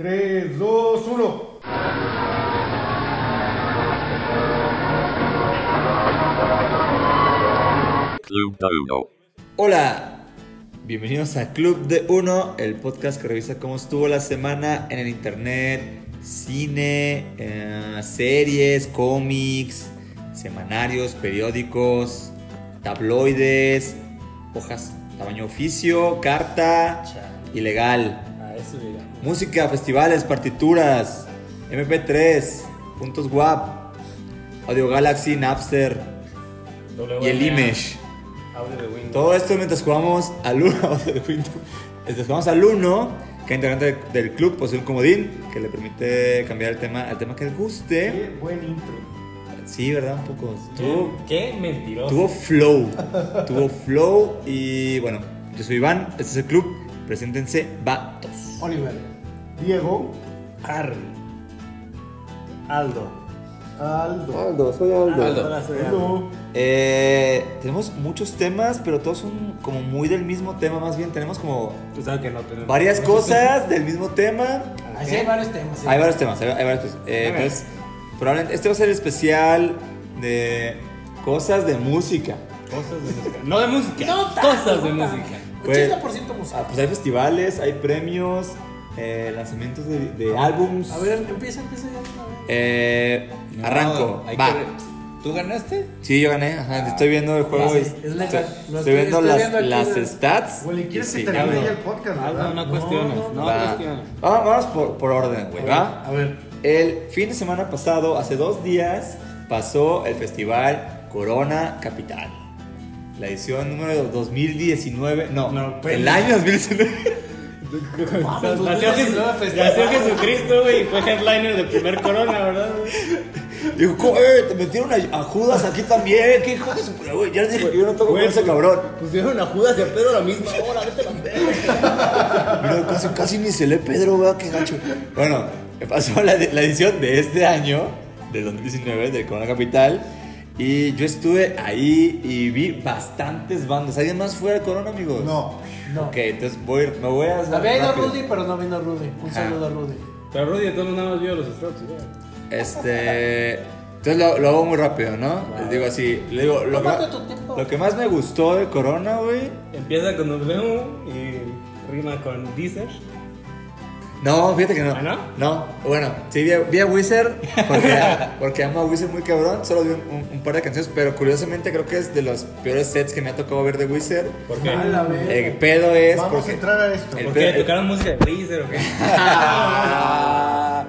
3, 2, 1. Club de Uno. Hola, bienvenidos a Club de Uno, el podcast que revisa cómo estuvo la semana en el internet, cine, eh, series, cómics, semanarios, periódicos, tabloides, hojas tamaño oficio, carta, ilegal, Ah, A eso llegamos. música, festivales, partituras, MP3, puntos WAP, Audio Galaxy, Napster y el WMA, Image. Audio de Windows. Todo esto mientras jugamos al 1, mientras jugamos al 1, cada integrante del club posee un comodín que le permite cambiar el tema al tema que le guste. Qué buen intro. Sí, ¿verdad? Un poco. Tuvo, Qué- Qué mentiroso. tuvo flow, tuvo flow y bueno, yo soy Iván, este es el club, preséntense, vatos. Oliver. Diego. Harry. Aldo. Aldo. Aldo, soy Hola, soy Aldo. Aldo. Eh, tenemos muchos temas, pero todos son como muy del mismo tema, más bien tenemos como Tú sabes que no tenemos. varias cosas del mismo tema. Así hay varios temas. sí. Hay varios temas, hay, hay varios temas. Eh, A ver. entonces, probablemente este va a ser el especial de cosas de música. Cosas de música. No de música. No tanto, cosas de no tanto. música. 80% Ah, música. pues hay festivales, hay premios, eh, lanzamientos de, de álbums. A ver, empieza, empieza ya. a ver. Eh, No, arranco. hay Va. que re- ¿Tú ganaste? Sí, yo gané. Ajá, estoy viendo el juego. sí, y- es la- estoy, lo estoy estoy- viendo estoy las, viendo aquí las la- stats. Güey, ¿quieres Sí, que termine Aldo. ya el podcast? Aldo, verdad? Ah, no cuestiones. No, Va. cuestiones. Va- Vamos por, por orden, güey, ¿va? A ver. El fin de semana pasado, hace dos días, pasó el festival Corona Capital. La edición número 2019. No, No, pues. el año 2019. Mames, Nació 2019 Jesu- nació pues, Jesucristo, güey, y fue headliner del primer corona, ¿verdad? güey? Dijo, "Co- eh, te metieron a, a Judas aquí también. ¿Qué hijo de su puta, güey? Ya les dije que yo no toco con ese cabrón. Pusieron a Judas y a Pedro a la misma hora, vete a la Mira, casi, casi ni se lee Pedro, ¿verdad? Qué gacho. Bueno, eh, pasó la, la edición de este año, del 2019, del Corona Capital. Y yo estuve ahí y vi bastantes bandas. ¿Alguien más fue al Corona, amigos? No. No. Ok, entonces voy, me voy a... Había ido rápido. Rudy, pero no vino Rudy. Un Ajá. saludo a Rudy. Pero Rudy, de todos modos, nada más vio los Strokes, güey. Este... Entonces lo, lo hago muy rápido, ¿no? Les digo así, le digo... Lo que, Tómate ma- tu tiempo. lo que más me gustó de Corona, güey... Empieza con W y rima con Deezer. No, fíjate que no. ¿Ah, no? bueno, sí, vi a, vi a Wizard porque, porque amo a Wizard muy cabrón. Solo vi un, un- un par de canciones, pero curiosamente creo que es de los peores sets que me ha tocado ver de Wizard. ¿Por Ah, qué? A la vez. El pedo Eh, es. Vamos porque- a entrar a esto. el ¿Por pedo- qué? ¿Tocaron música de Deezer o qué? Ah.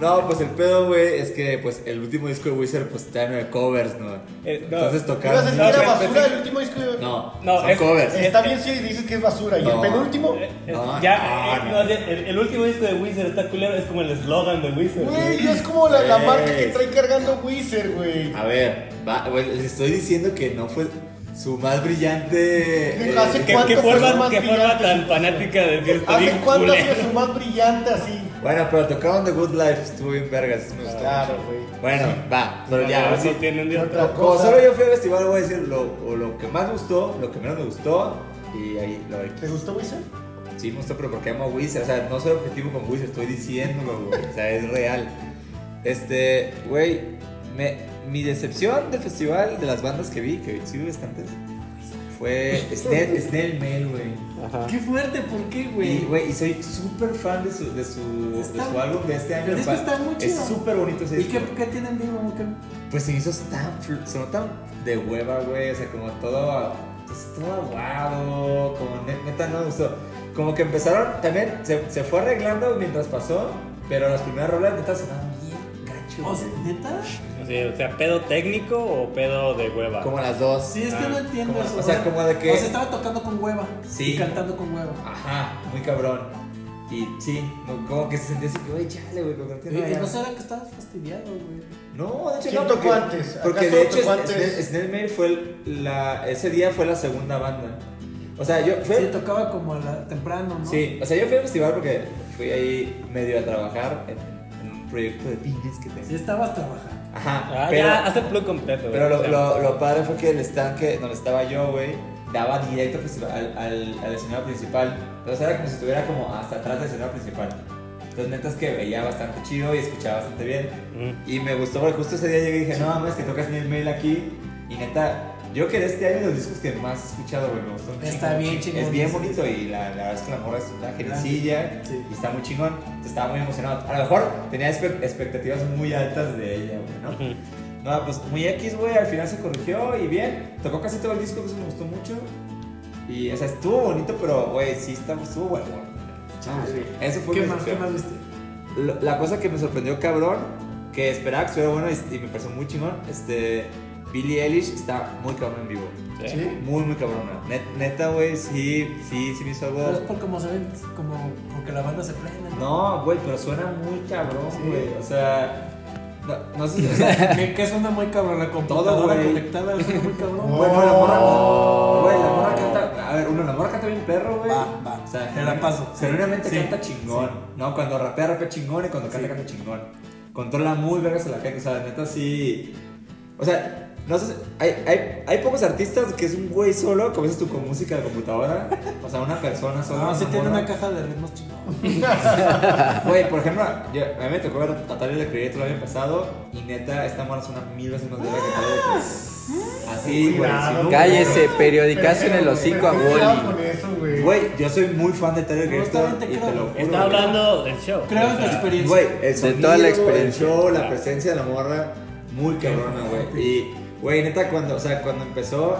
No, pues el pedo, güey, es que pues el último disco de Wizard pues está en covers, ¿no? Eh, no. Entonces ¿Ibas a tocaron. decir No, que era pero- basura el último disco? No, No, son es- covers. Está bien si dices que es basura. ¿Y el No. penúltimo? Eh, eh, No, Ah, ya, no, eh, no. no, ya, el, el último disco de Wizard está culero, es como el eslogan de Wizard. Güey, es como la, la Güey. marca que trae cargando Wizard, güey. A ver, va, güey, les estoy diciendo que no fue su más brillante. Dijo, hace eh, ¿Qué, ¿Cuánto qué fue lo forma, más qué forma brillante? tan fanática de fiesta ¿Hace bien cuánto ha culera. sido su más brillante así? Bueno, pero tocaron The Good Life, estuvo bien vergas, eso me gustó Claro, mucho. güey. Bueno, va, pero ya, ahora no sí. tienen de otra. Otra Como cosa. solo yo fui al festival, voy a decir lo, o lo que más me gustó, lo que menos me gustó, y ahí lo ¿Te X. gustó Wizard? Sí, me gustó, pero porque amo a Wizard, o sea, no soy objetivo con Wizard, estoy diciéndolo, güey, o sea, es real. Este, güey, me- mi decepción del festival, de las bandas que vi, que sí vi bastantes, fue Snell, Snell Mail, güey. Qué fuerte, ¿por qué, Y, güey? güey, y soy súper fan de su, de su, Está- de su álbum de este año. el disco pa- está muy chido. Es súper bonito ese ¿Y disco. qué, qué tienen vivo? ¿Qué? Pues se me hizo tan, fl- sonó tan de hueva, güey. O sea, como todo, pues, todo aguado, como ne- neta no me gustó. Como que empezaron, también se, se fue arreglando mientras pasó, pero las primeras rolas neta sonaban bien gacho. O sea, güey. ¿Neta? O sea, o sea, pedo técnico o pedo de hueva. como las dos. Sí, es que Ah, no entiendo como- eso. o sea, como de que- O sea, estaba tocando con hueva. Sí. Y cantando con hueva. Ajá, muy cabrón. Y sí, no- como que se sentía así, güey, chale, güey, como que no tiene Y nada. no será que estabas fastidiado, güey. No, de hecho ¿Quién no. tocó porque- antes? Porque ¿Acaso de hecho tocó Snell- antes? Snell- Snell Mail fue el- la, ese día fue la segunda banda. O sea, yo fui, Sí, tocaba como a la temprano, ¿no? sí, o sea, yo fui al festival porque fui ahí medio a trabajar en, en un proyecto de pines que Sí, tengo. estabas trabajando. Ajá, Ah, pero, ya, hace plug completo. güey, pero o lo, sea, lo, lo padre fue que el stand que donde estaba yo, güey, daba directo al, festival- al, al, al escenario principal. Entonces era como si estuviera como hasta atrás del escenario principal. Entonces neta es que veía bastante chido y escuchaba bastante bien. Mm. Y me gustó porque justo ese día llegué y dije, no mames, que tocas Neil Mail aquí. Y neta, yo que de este año los discos que más he escuchado, güey, me gustó un Está chingo. bien chingón Es bien ese bonito y la, la verdad es que la morra es una genicilla y está muy chingón. Entonces, estaba muy emocionado. A lo mejor tenía espe- expectativas muy altas de ella, güey, ¿no? No, pues muy X, güey, al final se corrigió y bien. Tocó casi todo el disco, que eso me gustó mucho. Y, o sea, estuvo bonito, pero, güey, sí, está- estuvo bueno. Chale. Eso fue Ah, ¿Qué mi más? ¿Qué decepción. más viste? Lo- La cosa que me sorprendió cabrón, que esperaba que estuviera bueno y, y me pareció muy chingón, este, Billie Eilish está muy cabrón en vivo. Sí. Muy, muy cabrón. neta, güey, sí, sí, sí me hizo Pero es algo... Pues, por cómo se ven, como porque la banda se prende, ¿no? No, güey, pero suena muy cabrón, güey. O sea, no, no sé, o sea, Que, que suena muy cabrón la computadora Todo, güey. conectada, suena muy cabrón. No. Bueno, la morra. Oh. Güey, la morra canta. A ver, uno, la morra canta bien perro, güey. Va, va. O sea, Te la paso. Genuinamente Sí. canta chingón. No, cuando rapea, rapea chingón y cuando canta, Sí. canta chingón. Controla muy vergas a la gente. O sea, neta sí. O sea. No sé, si- hay, hay, hay pocos artistas que es un güey solo, como dices tú, con música de computadora. O sea, una persona sola. No, Ah, sí tiene morra. una caja de ritmos chingados. Güey, por ejemplo, yo- a mí me tocó ver a Talia de Creator el año pasado y neta, esta morra es una mil veces más verga que Talia de Ah. Así, güey. Cuidado, sin un- Cállese, periodicazo en el hocico a Boli. Boli. Güey, yo soy muy fan de Tyler No, Creator también te y creo. te lo juro. Está hablando del show. Creo en tu güey. experiencia. Güey, el De sonido, toda la experiencia. el show, la presencia de la morra, muy cabrona, güey. Y, güey, neta, cuando, o sea, cuando empezó,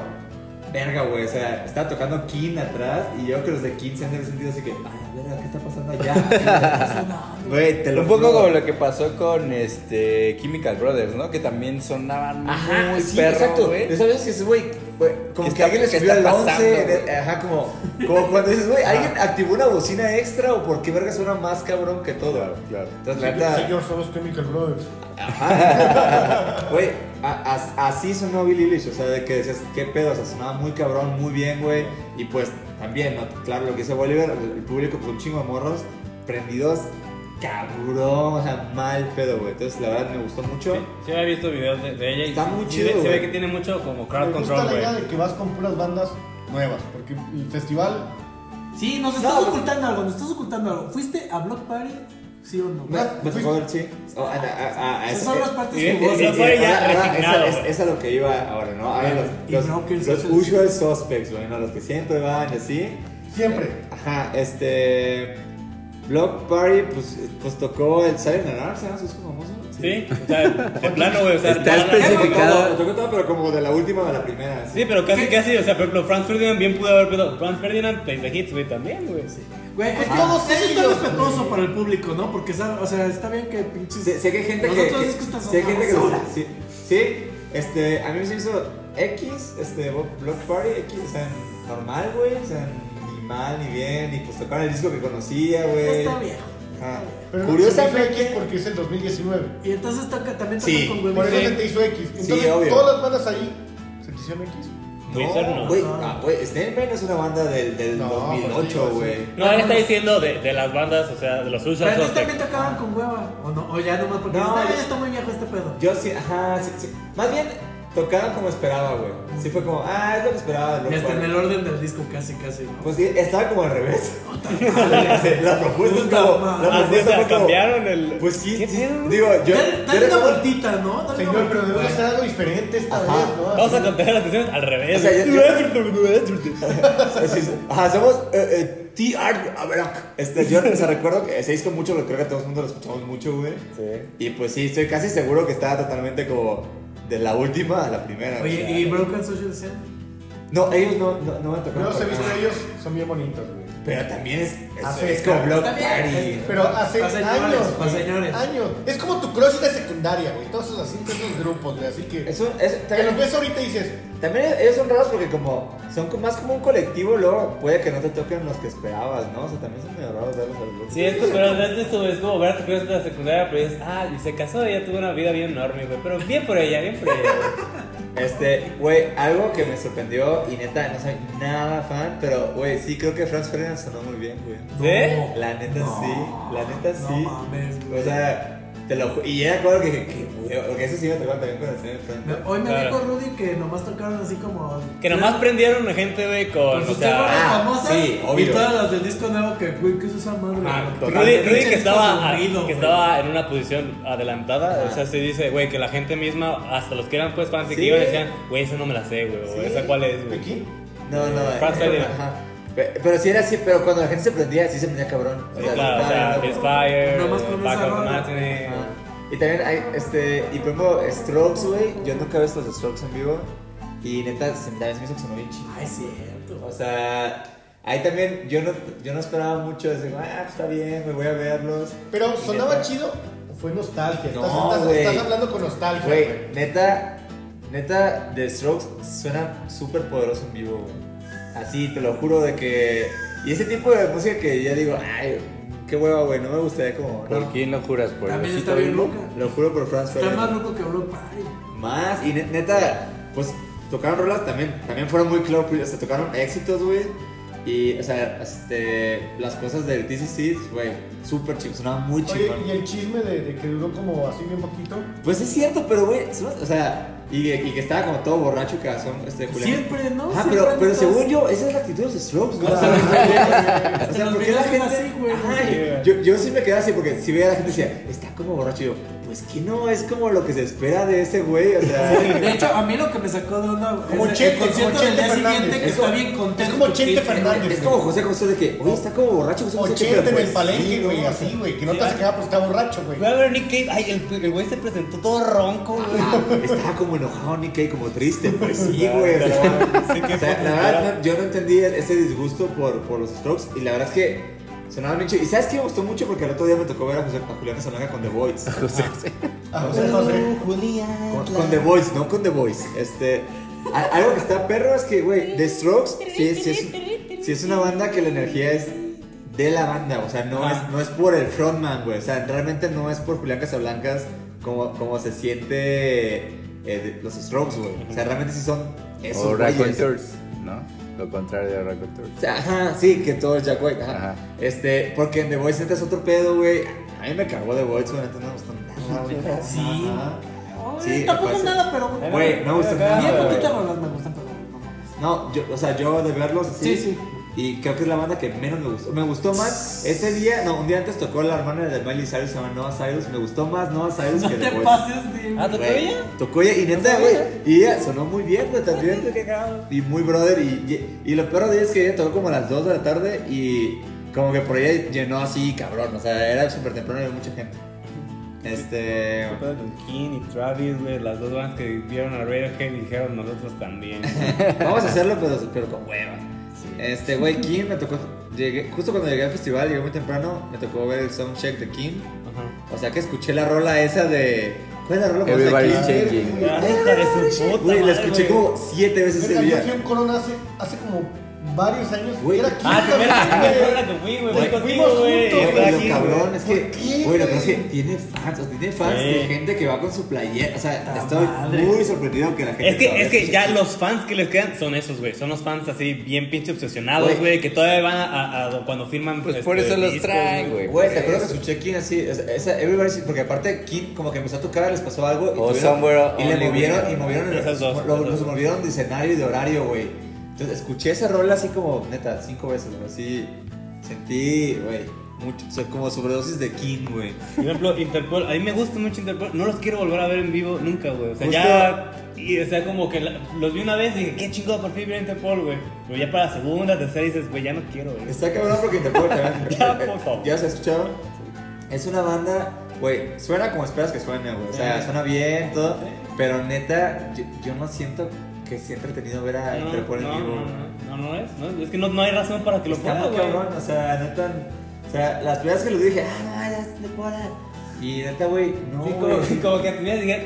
verga, güey, o sea, estaba tocando King atrás y yo creo que los de King se han de haber sentido así que, ay, verga, ¿qué está pasando allá? Güey, te lo Un poco juro. como lo que pasó con este Chemical Brothers, ¿no? Que también sonaban muy sí, perro, exacto. güey. ¿Sabes que ese güey? güey, Como que está- alguien le qué subió está al pasando, 11. de- güey? Ajá, como, como cuando dices, güey, ¿alguien activó una bocina extra o por qué verga suena más cabrón que todo? Claro, claro. Entonces, la neta, Señor, somos Chemical Brothers. güey, a- as- así sonó Billie Eilish. O sea, de que decías, qué pedo, o sea, sonaba muy cabrón, muy bien, güey. Y pues también, ¿no? claro, lo que dice Bolívar, el el público, pues un chingo de morros prendidos, cabrón, o sea, mal pedo, güey. Entonces, la verdad, me gustó mucho. Sí, había visto videos de, de ella y Está muy sí chido, ve- Se güey. ve que tiene mucho como Me crowd gusta control, la güey. idea de que vas con puras bandas nuevas, porque el festival Sí, nos estás No. ocultando algo, nos estás ocultando algo. ¿fuiste a Block Party? ¿Sí o no? Me, me tocó ver, sí. Oh, a, a, a, a, Esas son las partes eh, que vos... eh, eh, ya ya resignado, ah, Es, güey. es a lo que iba ahora, ¿no? Ahora Y los, no, que el los, los social- usual suspects, güey, ¿no? Los que siempre van y así. siempre. Ajá, este. Block Party, pues, pues tocó el Silent Alarm, ¿se llama su disco famoso? Sí, o sea, de plano, güey. O sea, Está no, no, no, específico. Tocó Cada- todo, lo tocó todo, pero como de la última a la primera. así. Sí, pero casi, casi, o sea, por ejemplo, Franz Ferdinand bien pudo haber pero Franz Ferdinand, Place the Hits, güey, también, güey. Güey, es Ajá. todo eso está Ellos, respetuoso güey. para el público, ¿no? Porque, ¿sabes? o sea, está bien que pinches... Sé, sé que hay gente los que. otros que- discos están sé que hay gente que. sonados. Sí, sí, este. A mí me hizo X, este, Block Party, X, o sea, normal, güey. O sea, ni mal, ni bien. Y pues tocaron el disco que conocía, güey. Está bien. Ajá. Pero Curiosamente. Curiosamente, X porque es el 2019. Y entonces toca, también tocan Sí. con Por eso huevitos. se te hizo X. Sí, Entonces, obvio. todas las bandas ahí se te hicieron X. Wizard No, no. güey, No. ah, güey, Snailman es una banda del, del No, 2008, pues, güey. No, él está diciendo de, de las bandas, o sea, de los Pero este Usual entonces también Suspects. tocaban con hueva. O no, o ya nomás porque... No, No, ya- ya está muy viejo este pedo. Yo sí, ajá, sí, sí. Más bien, tocaron como esperaba, güey. Sí fue como, ah, es lo que esperaba. lo Este Ya está cual- en el orden del disco casi, casi, ¿no? Pues sí, estaba como al revés. la propuesta es como, Puta la madre. Así, Ah, Pues, o propuesta sea, fue como, cambiaron el... pues sí, ¿Qué sí, pedo, güey? digo, yo, Dale, yo dale una recuerdo- vueltita, ¿no? Dale Señor, una pero debe vueltita. hacer algo diferente esta Ajá. vez, ¿no? Vamos a Así- contar las canciones al revés. O sea, güey. Sí, sí. Ajá, somos eh, eh, TR Averac. Este, yo o sea, recuerdo que ese disco mucho, lo creo que todo el mundo lo escuchamos mucho, güey. Sí. Y pues sí, estoy casi seguro que estaba totalmente como de la última a la primera. o sea. Oye, ¿y Broken Social Scene? No, ellos no, no, no me tocaron. Yo los he visto tocar. a ellos, son bien bonitos, güey. Pero también es, es, Hace- es como Block Ah, Está bien, Party. Pero hace Pa' señores, años. pa' güey, señores. Años. Es como tu crush de secundaria, güey. Todos esos así, todos esos grupos, güey. Así que. Es un- es- Que lo también, ves ahorita y dices. también ellos son raros porque como son co- más como un colectivo, luego puede que no te toquen los que esperabas, ¿no? O sea, también son medio raros verlos al Sí, esto, pero es eso, es como ver a tu crush de la secundaria, pero dices, ah, y se casó, ella tuvo una vida bien enorme, güey, pero bien por ella, bien por ella, güey. Este, güey, algo que me sorprendió y neta, no soy nada fan, pero güey, sí creo que Franz Ferdinand sonó muy bien, güey. ¿Sí? No. La neta No. sí, la neta No sí. mames, güey. O sea, Te lo ju- y yo me acuerdo que, que, que- porque eso sí me tocó también con el señor enfrente. Me- Hoy me Claro. dijo Rudy que nomás tocaron así como. Que nomás prendieron a gente, güey, con. Con O sus sea, temas ah, famosas sí, obvio. y todas las del disco nuevo que, güey, ¿qué es esa madre? ah, Porque Rudy, pinche Rudy que, disco estaba, aburrido, que güey. estaba en una posición adelantada. O sea, se dice, güey, que la gente misma, hasta los que eran pues fans y que iban, decían, güey, esa no me la sé, güey, o esa cuál es, güey. ¿Pekín? No, no, eh, Franz Ferdinand. ajá. Pe- Pero sí era así, pero cuando la gente se prendía, sí se prendía cabrón. Sí, claro, o sea, estaba- Fire, Nomás con Back esa of the rola. Matinee. Ajá. Y también hay, este, y por ejemplo, Strokes, güey, yo nunca he visto los Strokes en vivo y neta, se me también se me hizo que sonó bien chido. Ay, Ah, es cierto. O sea, ahí también yo no, yo no esperaba mucho, decía, ah, está bien, me voy a verlos. Pero Y sonaba neta- chido o fue nostalgia. No, estás, estás- güey. estás hablando con nostalgia. Güey, neta, neta, The Strokes suena súper poderoso en vivo, güey. Así, te lo juro de que... Y ese tipo de música que ya digo, ay, qué hueva, güey, no me gustaría como... ¿Por no. quién lo juras? pues? ¿Por Pues, También el ojito está bien bimbo? loca. Lo juro por Franz Está Ferdinand. más loco que Block Party. Más, y ne- neta, pues tocaron rolas también, también fueron muy claro, o sea, tocaron éxitos, güey. Y, o sea, este, las cosas del TCC, güey, súper chingón, sonaba muy Oye, chingón. y el chisme de, de que duró como así bien poquito. Pues es cierto, pero, güey, son- o sea, y, que- y que estaba como todo borracho, cagazón, este, culero. Siempre, ¿no? Ah, Siempre pero, han pero estado según así. yo, esa es la actitud de los Strokes, güey. Hasta los videos, o sea, los ¿por qué la videos gente son así, güey. Ajá, Sí, güey. yo, yo sí me quedaba así porque si veía a la gente y decía, está como borracho. Y yo, pues que no, es como lo que se espera de ese güey, o sea. De hecho, a mí lo que me sacó de onda güey, Como es Chente, el concierto como del día Chente siguiente Fernández. que Es está como- bien contento. es como con Chente güey. Fernández. Es como José José de que, oye, está como borracho José José. 80 en pero el pues palenque, sí, güey, ¿no? así, güey. Que no Sí, te has ah. quedado porque está borracho, güey. Voy a ver Nick Cave. Ay, el- el güey se presentó todo ronco, güey. Ah, Estaba como enojado, Nikkei, como triste, pues sí, güey. O sea, Sí, qué o sea, la verdad, no- yo no entendí ese disgusto por, por los strokes y la verdad es que sonaban bien chido. Y sabes que me gustó mucho porque el otro día me tocó ver a, José, a Julián Solana con The Voice. A José José. Ah, Con, con The Voice, no con The Voice. Este, a- algo que está perro es que, güey, The Strokes sí, sí es, sí es una banda que la energía es de la banda, o sea, no, es, no es por el frontman, güey. O sea, realmente no es por Julián Casablancas como, como se siente eh, de- los Strokes, güey. O sea, realmente sí son esos O Raccoon güeyes. Tours, ¿no? Lo contrario de Raccoon Tours. O sea, Ajá, sí, que todo es Jack White. Ajá. Ajá. Este, porque en The Voice neta es otro pedo, güey. A mí me cagó The Voice, güey, neta no me gustó nada, güey. Sí. Ajá. Ay, Sí, tampoco pasa. nada, pero. Bien Güey, no me gustó nada. güey. poquitas rolas me gustan, pero no mames. No, yo, o sea, yo de verlos así. Sí, sí. Y creo que es la banda que menos me gustó. Me gustó más ese día, no, un día antes tocó la hermana de Miley Cyrus, se llama Noah Cyrus. Me gustó más Noah Cyrus No que te The Voice. pases, de Ah, ¿tocó Güey, ella? Tocó ella y neta, güey. Y ella sonó muy bien, güey, también. Y muy brother. Y, y, y lo peor de ella es que ella tocó como a las 2 de la tarde y como que por ella llenó así, cabrón. O sea, era súper temprano y había mucha gente. Este. pedo con King y Travis, güey, las dos bandas que vieron a Radiohead y dijeron nosotros también. Vamos a hacerlo, pero, pero con hueva. Este, güey, Kim me tocó. Llegué, justo cuando llegué al festival, llegué muy temprano, me tocó ver el soundcheck de Kim. Ajá. O sea que escuché la rola esa de. ¿Cuál es la rola famosa de Everybody's Kim? changing. Ah, hija de su puta Güey, la madre, escuché güey. como siete veces Verga, ese Yo día. fui a un corona hace, hace como varios años. Güey. Era quinta, Ah, primera güey. primera que fui, güey, fui Güey, contigo, fuimos güey. juntos, Eh, Güey, Estaba lo aquí, cabrón, es ¿Por que, qué, güey, lo que pasa es güey? que tiene fans, o sea, tiene fans Sí. de gente que va con su playera. O sea, Ta estoy madre. muy sorprendido que la gente. Es que, todavía es que escuche ya Kim. los fans que les quedan son esos, güey. Son los fans así bien pinche obsesionados, Güey. güey, que todavía van a, a- a- cuando firman. este, Pues por eso los discos, traen, güey. Güey, por te acuerdas eso. que escuché Kim así, O sea, esa Everybody, porque aparte Kim como que empezó a tocar, les pasó algo y, O tuvieron- Somewhere y le Only movieron We y Know. movieron el- Esas dos, lo- esas los dos. movieron de escenario y de horario, güey. Entonces escuché esa rola así como neta cinco veces, güey, así sentí, güey, mucho, o sea, como sobredosis de Kim, güey. Por ejemplo, Interpol, a mí me gusta mucho Interpol, no los quiero volver a ver en vivo nunca, güey. O sea, Justo. ya. Y, o sea, como que la- los vi una vez y dije, qué chingado, por fin vi a Interpol, güey. Pero ya para la segunda, tercera dices, güey, ya no quiero, güey. Está cabrón porque te puedo cagar. Ya, por favor. ¿Ya se ha escuchado? Es una banda, güey, suena como esperas que suene, güey. O sea, Sí. suena bien, todo. Pero neta, yo, yo no siento que sea entretenido ver a No, Interpol en no, vivo. no, no, no, no es, ¿no? Es que no, no hay razón para que lo Está ponga, muy güey. cabrón, o sea, neta. O sea, las primeras que lo dije, ah, no, ya es Interpol. Y neta, güey, no. Sí, güey. como, como que te miras y dije,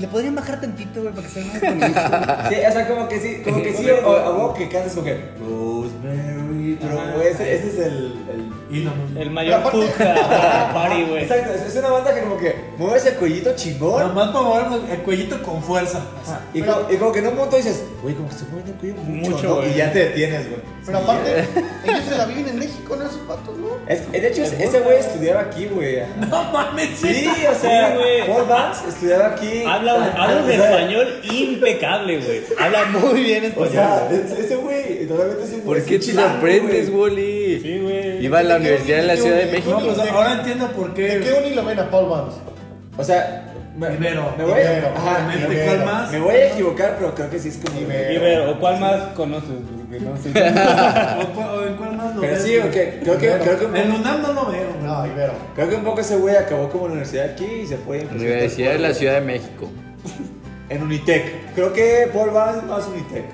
Le podrían bajar tantito, güey, para que sea más bonito. Sí, o sea, como que sí, como que sí, o, o- o que cantes como que Rosemary, Ajá. pero güey, ese, ese es el, Y no, no, El mayor puta party, el... güey. Exacto, es, es una banda que como que mueve ese cuellito chingón Nomás para mover el cuellito con fuerza. y, Pero- como, y como que en un momento dices, güey, como que se mueve el cuello mucho, Mucho, ¿no? güey. y ya te detienes, güey. Pero aparte, ellos se la viven en México, ¿no? Esos patos, ¿no? Es- de hecho, es- ese güey estudiaba aquí, güey. No mames, Sí, neta. o sea, Sí, güey. Paul Vance estudiaba aquí. Habla un, Ah, habla un o sea, español impecable, güey. Habla muy bien O español. sea, es- ese güey totalmente es un ¿Por es qué un te chilango, sorprendes, güey? Wally? Sí, güey. Iba a la universidad de la Ciudad de México. No, pues ahora entiendo por ¿De qué qué. uni lo ven a Paul Vance? O sea, me, Ibero. me voy, Ibero, ajá, obviamente, me- ¿cuál me- más? Me voy a equivocar, pero creo que sí es como Ibero. Y ver, ¿o cuál más conoces? Porque no sé. ¿O cu- o en cuál más lo Pero ves, sí, güey? ok, creo que, creo que un En poco, UNAM no lo veo, güey. No, Ah, Ibero. creo que un poco ese güey acabó como en la universidad aquí y se fue. empezó a estar Universidad de jugando la Ciudad de México. En Unitec. Creo que Paul Vance más Unitec.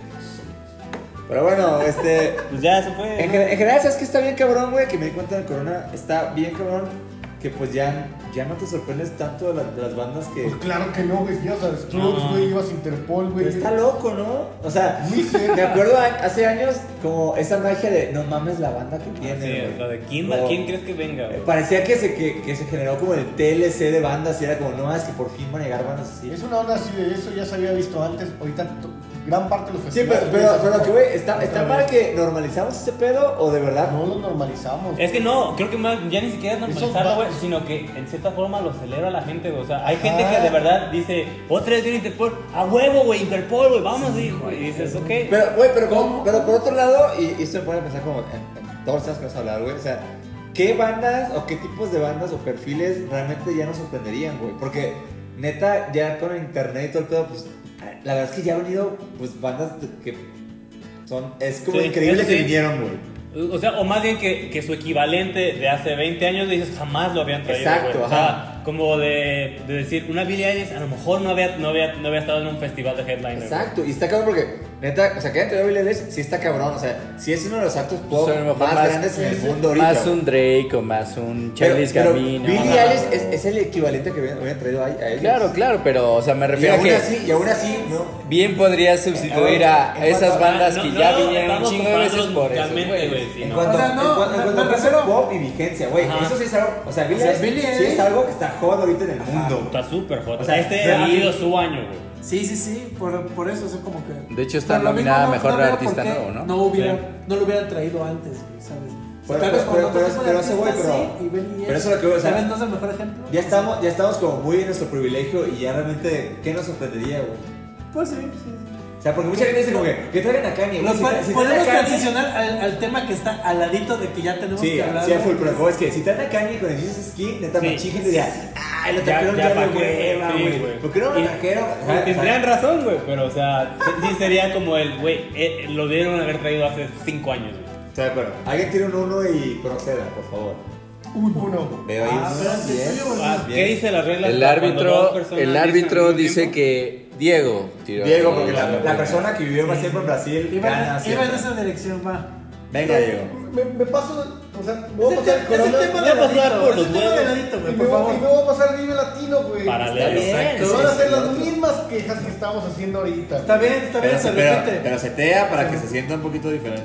Pero bueno, este. Pues ya se fue. En, ¿no? gen- en general, ¿sabes qué está bien cabrón, güey? Que me di cuenta del corona. Está bien cabrón que pues ya, ya no te sorprendes tanto de, la- de las bandas que... Pues claro que no, güey. Ibas a Strokes, güey. Ibas a Interpol, güey. Pero está loco, ¿no? O sea, Muy cerca. me acuerdo a- hace años como esa magia de no mames la banda que tiene. Ah, Sí, güey". o sea, ¿de quién, va- O- quién crees que venga, eh, güey? Parecía que se, que, que se generó como el TLC de bandas y era como, no, es que por fin van a llegar bandas así. Es una onda así de eso, ya se había visto antes. Ahorita to- gran parte de los Sí, pero, festivales. pero, güey, pero son- que, güey, ¿está, ¿está para que normalizamos ese pedo o de verdad? No lo normalizamos. Es que no, creo que más, ya ni siquiera es normalizarlo, va- güey, sino que en cierta forma lo celebra la gente, güey. O sea, hay Ajá. gente que de verdad dice, otra vez viene Interpol, a huevo, güey, Interpol, güey, vamos, hijo. Y dices, ok. Pero, güey, pero, por- pero por otro lado, y, y esto me pone a pensar como en, en todos los temas que vas a hablar, güey. O sea, ¿qué bandas o qué tipos de bandas o perfiles realmente ya nos sorprenderían, güey? Porque, neta, ya con el internet y todo el pedo, pues, la verdad es que ya han venido, pues, bandas de- que son, es como Sí, increíble eso que sí. vinieron, güey. O sea, o más bien que, que su equivalente de hace 20 años, dices, jamás lo habían traído. Exacto, güey. O sea, ajá. como de, de decir, una Billie Eilish a lo mejor no había, no, había, no había estado en un festival de headliner. güey. Exacto, y está cabrón porque, neta, o sea, que entre Billie Eilish sí está cabrón, o sea, sí es uno de los actos O pop sea, Pues, a lo más, mejor más- grandes en el mundo ahorita. Más un Drake o más un Charles Pero- pero Gambino. Billie Ajá. Eilish es, es el equivalente que hubieran hubieran traído a, a ellos. Claro, claro, pero o sea, me Y refiero a aún que así, y aún así, no. bien podría sustituir En a cuanto a- esas bandas Ah, que no, ya no, vinieron un estamos chingo de veces comparándolos por eso. musicalmente, güey. güey, sí, En no. cuanto, O sea, no, en cuanto, en me- cuanto me a refiero- pop y vigencia, güey. Ajá. Eso sí es algo. O sea, Billie O sea, Eilish Billie sí es Eilish- algo que está jodido ahorita en el mundo. Está súper hot. O sea, este sí. ha sido su año, güey. Sí, sí, sí, por, por eso, o sea, como que. De hecho, está Por lo nominada mismo, mejor veo artista por qué nuevo, ¿no? No, hubiera, Sí. no lo hubieran traído antes, güey, ¿sabes? Pero- tal vez con pero- otro pero- tipo de pero ese güey, artista, pero- sí, y Billie pero eso Eilish. es lo que veo, o sea, tal vez no es el mejor ejemplo. Ya estamos, ya estamos como muy en nuestro privilegio y ya realmente, ¿qué nos sorprendería, güey? Pues sí, sí, sí. O sea, porque mucha gente dice como que, que traigan a Kanye. güey. Lo Si cual- tra- si traen a Pues, podemos Kanye- transicionar al, al tema que está al ladito de que ya tenemos Sí, que hablar. sí, a full, güey. pero como es que si traen a Kanye con el Jesus Skin, neta, Sí. mucha gente diría, "Ah, ay, lo Ya- trajeron ya ya, pa' de qué, hueva, sí, güey. güey. ¿Por qué no lo Y- trajeron? O Ajá, sea, o sea, Tendrían razón, güey, pero o sea, sí sí sería como el, güey, eh, lo debieron haber traído hace 5 años, güey. Estoy de acuerdo. Alguien tiene un uno y proceda, por favor. Uno. Uno. Veo ahí Ah, un espérate, bien. estoy evaluando. Ah, ¿Qué dice las reglas? El para cuando dos árbitro, personas el dicen al árbitro mismo dice tiempo? que Diego tiró. Diego, porque Sí, la, güey. la persona que vivió más tiempo en Brasil Iba, en- gana iba siempre. en esa dirección, va. Venga, Diego. Me, me paso, o sea, me voy a Es el pasar te- el es el corona. tema voy a de pasar ladito, por es los el tema huevos. de ladito, Y güey, me, por voy, y me voy favor. a pasar el Vive Latino, güey. Paralelo. Que Exacto. van a hacer las mismas quejas que estábamos haciendo ahorita. Está bien, está bien, se repite. setea para que se sienta un poquito diferente.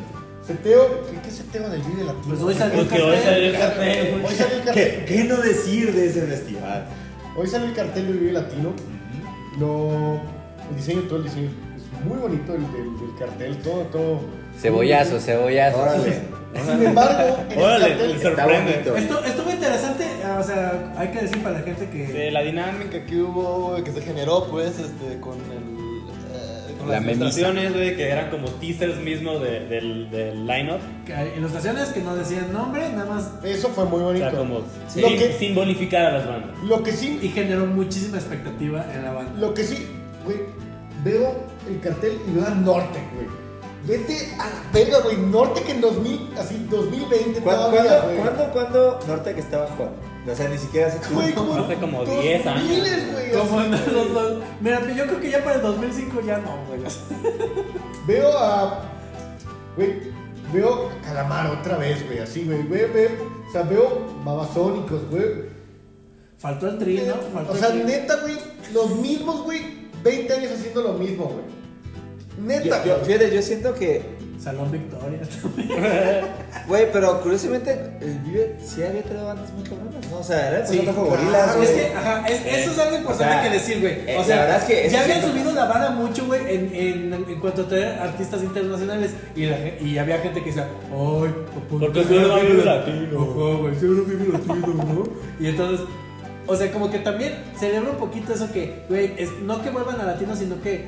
Seteo, ¿qué, qué seteo del Vive Latino? Pues hoy salió el Porque hoy salió cartel. el cartel, Hoy güey. salió el ¿Qué, cartel. qué no decir de ese festival? Hoy salió el cartel del Vive Latino. Lo, el diseño, todo el diseño. Es muy bonito el del, del cartel, todo, todo. Cebollazo, cebollazo. Órale. Sin embargo, en el Órale, cartel el está sorprende. bonito. Esto- Estuvo interesante, ah, o sea, hay que decir para la gente que. De la dinámica que hubo, que se generó, pues, este, con el. eh, Con La las memisa. ilustraciones, güey, que eran como teasers mismo de- del, del line-up. que hay ilustraciones que no decían nombre, nada más. Eso fue muy O bonito. sea, como Lo sim- que- simbolificar a las bandas. Lo que sí Y generó muchísima expectativa en la banda. Lo que sí, güey, veo el cartel y veo al norte, güey. Vete a la verga, güey. Norte que en 2000, así, 2020 ¿Cuándo, todavía, cuándo, güey. cuándo, cuándo Norte que estaba Juan? O sea, ni siquiera hace Güey, como Hace como 10 años. miles, güey. Como así, en güey. los dos. Mira, pues, yo creo que ya para el 2005 ya no, güey. Veo a. Güey, veo a Calamar otra vez, güey, así, güey. Veo, veo. O sea, veo babasónicos, güey. Faltó el tri, ¿no? Faltó O el sea, tri. neta, güey, los mismos, güey, 20 años haciendo lo mismo, güey. Neta, Yo- yo- güey. fíjate, yo siento que, Salón Victoria. güey, pero curiosamente, el Vive sí había traído bandas muy cabronas, ¿no? O sea, era Sí, empezando con claro, gorilas, es güey. que, ajá, es- eso es algo importante sea, que decir, güey. eh, O sea, la verdad es que eso ya habían siento- subido la vara mucho, güey, en, en, en cuanto a traer artistas internacionales. Y, la gen- y había gente que decía, ¡ay! Porque seguro seguro vive la- latino". Ajá, güey, seguro vive latino, ¿no? Y entonces, o sea, como que también celebra un poquito eso que, güey, es- no que vuelvan a latino, sino que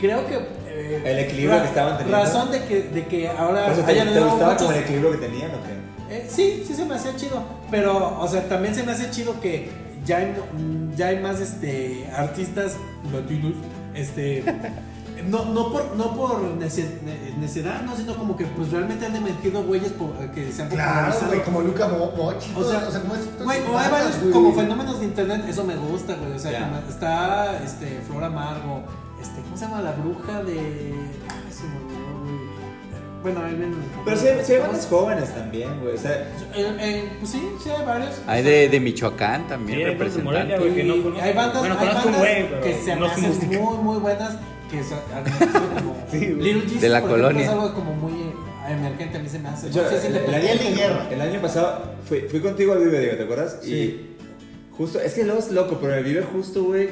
creo que. eh, El equilibrio que estaban teniendo. Razón de que, de que ahora Por eso te, hayan ¿Te dado gustaba muchos- como el equilibrio que tenían o qué? eh, sí, sí se me hacía chido, pero, o sea, también se me hace chido que ya hay, mm, ya hay más este, artistas latinos, este, no, no por, no por nece- ne- necedad, no, sino como que pues realmente han emergido güeyes por- que se han Claro, popularizado. güey, como Luca Mo- Mochi. O sea, todo, o sea, como es. Güey, o hay bandas, varios güey. como fenómenos de internet, eso me gusta, güey, o sea, Ya. como está, este, Flor Amargo, este, ¿cómo se llama? La bruja de... ay, se me olvidó, güey. Bueno, ahí ven. Pero sí, sí hay bandas jóvenes también, güey. O sea, Eh, eh, pues sí, sí hay varios. Hay de, de Michoacán también Sí, hay bandas de Morelia, representantes. güey, que no Y conozco. hay bandas, Bueno, hay conozco un bandas güey, pero que se no me su hacen música. muy, muy buenas. Que se han como Little Jesus, De la por ejemplo, colonia. Es algo como muy eh, emergente, a mí se me hace. Yo, no sé si el, le el pertenece, año, Ariel y Guerra. el año pasado fui, fui contigo al Vive, Diego, ¿te acuerdas? Sí. Y justo, es que luego es loco, pero en el Vive justo, güey.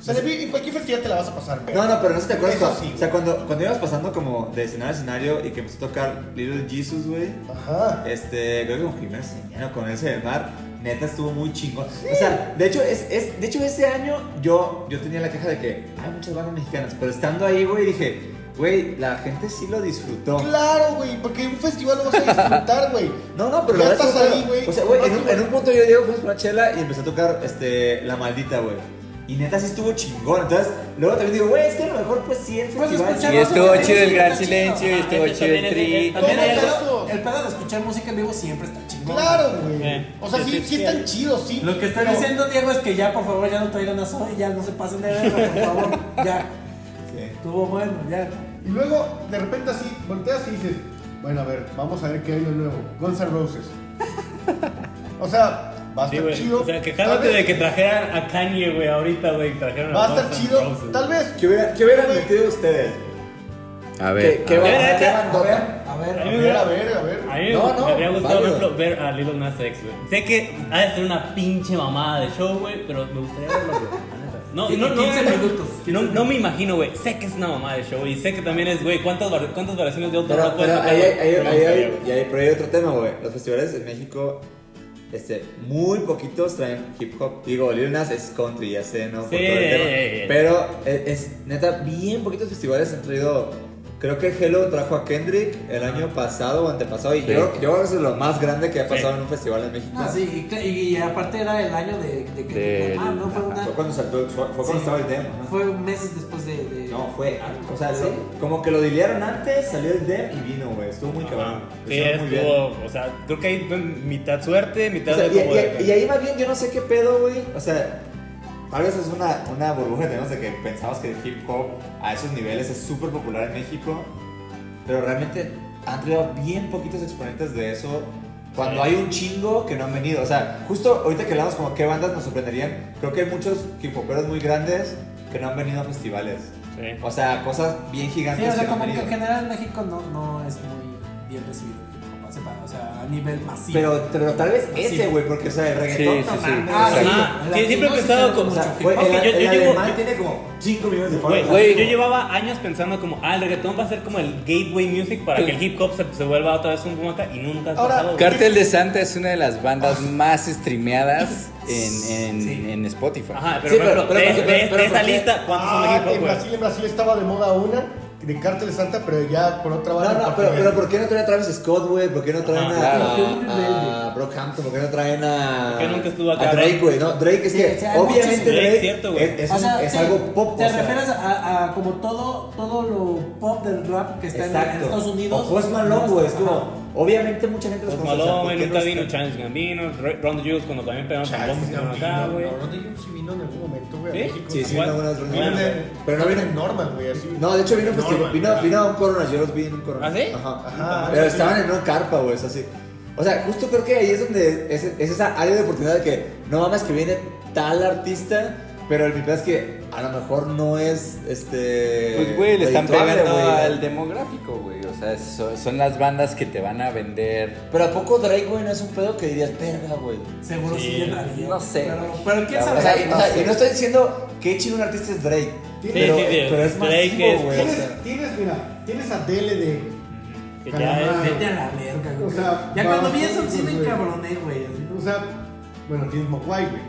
O sea, en en cualquier festival te la vas a pasar, güey. No, no, pero no sé si te acuerdas. Eso cuando- sí. o sea, cuando, cuando íbamos pasando como de escenario a escenario y que empezó a tocar Little Jesus, güey. Ajá. Este, creo que con Jiménez Sariñana, con ese del mar, neta estuvo muy chingón. O sea, de hecho, es, es- de hecho, ese año yo, yo tenía la queja de que hay muchas bandas mexicanas, pero estando ahí, güey, dije, güey, la gente sí lo disfrutó. Claro, güey, porque en un festival lo vas a disfrutar, güey. No, no, pero Ya la verdad es estás que, ahí, güey. O sea, güey, en, un- Vas, en un punto yo llego, fuimos por una chela y empecé a tocar este, La Maldita, güey. Y neta sí estuvo chingón. Entonces, luego también digo, güey, es que a lo mejor pues sí el Pues festival. escuchar Y estuvo Pero chido sí el está gran chido. silencio, y Ajá, estuvo eso chido el Ah, también es- tri. es- También Todo el pedo, eso. el pedo de escuchar música en vivo siempre está chingón. Claro, güey. Eh, o sea, sí, sí, sí, sí sí están hay. chidos, sí. Lo que está Pero- diciendo Diego es que ya, por favor, ya no traigan a Zoe, ya no se pasen de verga, por favor. Ya, Sí. estuvo bueno, ya. Y luego, de repente así, volteas y dices, bueno, a ver, vamos a ver qué hay de nuevo. Guns N' Roses. O sea, va a Sí, estar güey. chido. O sea, que Tal cálmate vez- de que trajeran a Kanye, güey, ahorita, güey, trajeron Va a Guns estar N' chido. Roses. Tal vez. ¿Qué hubieran, qué hubieran Güey. metido ustedes? A ver. ¿Qué, qué a van- ver. ver, qué a ver, van- A ver, a A ver. a ver. ver, a ver, a ver. A mí No, me, no, me habría gustado válido. verlo- ver a Little Nas X, güey. Sé que ha de ser una pinche mamada de show, güey, pero me gustaría verlo, güey. No, no, no, 15 no, minutos. No, no me imagino, güey. Sé que es una mamada de show y sé que también es, güey, ¿cuántas, var- cuántas variaciones de otro Pero, rock puedes pero tocar, ahí, hay- güey? ahí, Pero me ahí hay- gustaría, güey. y ahí- pero hay otro tema, güey. Los festivales en México, este, muy poquitos traen hip hop. Digo, Lil Nas es country, ya sé, ¿no? Por Sí, todo el tema. eh, eh, eh. Pero es, es- neta, bien poquitos festivales han traído. Creo que Hello trajo a Kendrick el año pasado o antepasado. Y Sí. yo, yo creo que eso es lo más grande que ha pasado Sí. Ah, en un festival en México. No, pues sí, y, y aparte era el año de, de que. Del- ah, no, fue una. Fue cuando saltó, fue, fue cuando Sí. estaba el tema. ¿no? Fue meses después de. de- No, fue antes. O sea, Sí. lo- como que lo dilearon antes, salió el dem y vino, güey. Estuvo muy cabrón. Ajá. Sí, Estuvo muy bien. estuvo, o sea, creo que hay mitad suerte, mitad O sea, de y, como de y- y ahí más bien yo no sé qué pedo, güey. O sea, tal vez es una, una burbuja que tenemos de que pensamos que el hip hop a esos niveles es súper popular en México. Pero realmente han traído bien poquitos exponentes de eso. Cuando Sí. hay un chingo que no han venido. O sea, justo ahorita que hablamos como qué bandas nos sorprenderían, creo que hay muchos hip hoperos muy grandes que no han venido a festivales. Sí. O sea, cosas bien Sí, gigantes. o sea, que no han como que en venido. general en México no, no es muy bien recibido. como sepa, O sea, a nivel masivo. Pero, pero tal vez Masivo. ese, güey, porque, o sea, el reggaetón. Sí, no sí, sí. mames, Ah, o sea, sí. Ah, sí, siempre he Latino sí pensado tenemos como. O sea, Mucho güey, hip hop. el, Yo- yo el llevo- alemán tiene como 5 millones de Güey, followers. Güey. yo llevaba años pensando como, ah, el reggaetón va a ser como el gateway music para que el hip hop se, se vuelva otra vez un boom acá y nunca ha Ahora, pasado. güey. Cartel de Santa es una de las bandas más streameadas en, en, Sí. en Spotify. Ajá, pero, Sí, por pero- ejemplo, pero- de, pero- de- de pero- esa porque- lista, ¿cuántos son de Ah, hip hop, en güey? Brasil, en Brasil estaba de moda una de Cártel de Santa, pero ya por otra No, banda. no, pero, pero ¿por qué no traen a Travis Scott, güey? ¿Por qué no traen Ajá, a, claro. a, a Brockhampton? ¿Por qué no traen a, ¿Por qué nunca estuvo acá, a Drake, Drake? güey? No, Drake es que, Sí, o sea, hay obviamente, muchísimo. Drake Drake, cierto, güey. es, es, O un- sea, es te- algo pop. Te o sea. refieres a, a como todo, todo lo pop del rap que está en, en Exacto. Estados Unidos. O Post Malone, güey. Es Ajá. como, obviamente, mucha gente los Post conoce. o sea, ¿por Malone, qué nunca no vino está- Charles Gambino, Ro- Ron Jules cuando también pegamos con bombos que no, estaban acá, güey. sí vino en algún momento, güey. a ¿Sí? México. Sí, sí, Igual. vino algunas Vino Vino reuniones. en- Pero no vino en Norman, güey, así. No, de hecho vino, Norman, festival, vino, ajá. vino a un Corona, yo los vi en un Corona. ¿Ah, sí? Ajá. Ajá. Pero estaban en una carpa, güey, es así. O sea, justo creo que ahí es donde es, es esa área de oportunidad de que no mames que viene tal artista, pero el problema es que a lo mejor no es este. Pues, güey, le están redituable, pegando güey. al demográfico, güey. O sea, so- son, las bandas que te van a vender. Pero a poco Drake, güey, no es un pedo que dirías, verga, güey. Seguro sí, Sí, entraría. no sé, Pero, güey. pero quién La sabe. O sea, y, o No sea, sé. y no estoy diciendo que chido un artista es Drake. Sí, pero, sí, sí, pero es Drake masivo, es- güey. o sea. Tienes, tienes, mira, tienes a Dele de. Que ya es- Vete a la verga, güey. O sea, ya cuando vi vamos, eso sí me güey. encabroné, güey. así. O sea, bueno, tienes Mogwai, güey.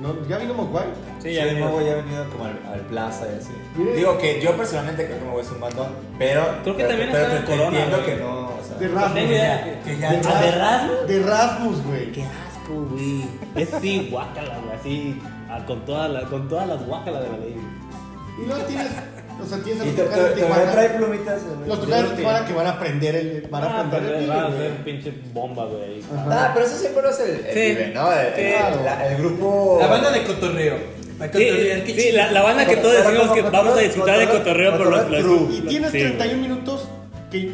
¿No? ¿Ya vino Mogwai? Sí, ya Sí, vino. luego ya ha venido como al, al plaza y así. Mire. Digo que yo personalmente creo que me voy a hacer un bandón, pero. Creo que pero- también pero está te- en te Corona, Entiendo güey. que no. O sea, De Rasmus. tengo idea. Que De ya. Rasmus. ¿A de Rasmus? De Rasmus, güey. Qué asco, güey. Es sí, guácala, güey. Así, ah, con, toda la- con todas las guácalas de la ley. Y luego tienes. O sea, tienes a Y los te, te, tocados de te van a traer Tijuana. plumitas. güey. Los tocados de Tijuana que van a prender el. Van a Ah, prender el. pero pibe, va a güey. ser pinche bomba, güey. Ajá. Ah, pero eso siempre lo hace el, el Sí. pibe, ¿no? El, el- Sí. la- el grupo. La banda de Cotorreo. La Sí, Cotorreo. qué sí, chido. la, la banda que todos decimos que vamos a disfrutar de cotorreo por los True. Y tienes Sí, 31 minutos que. eh,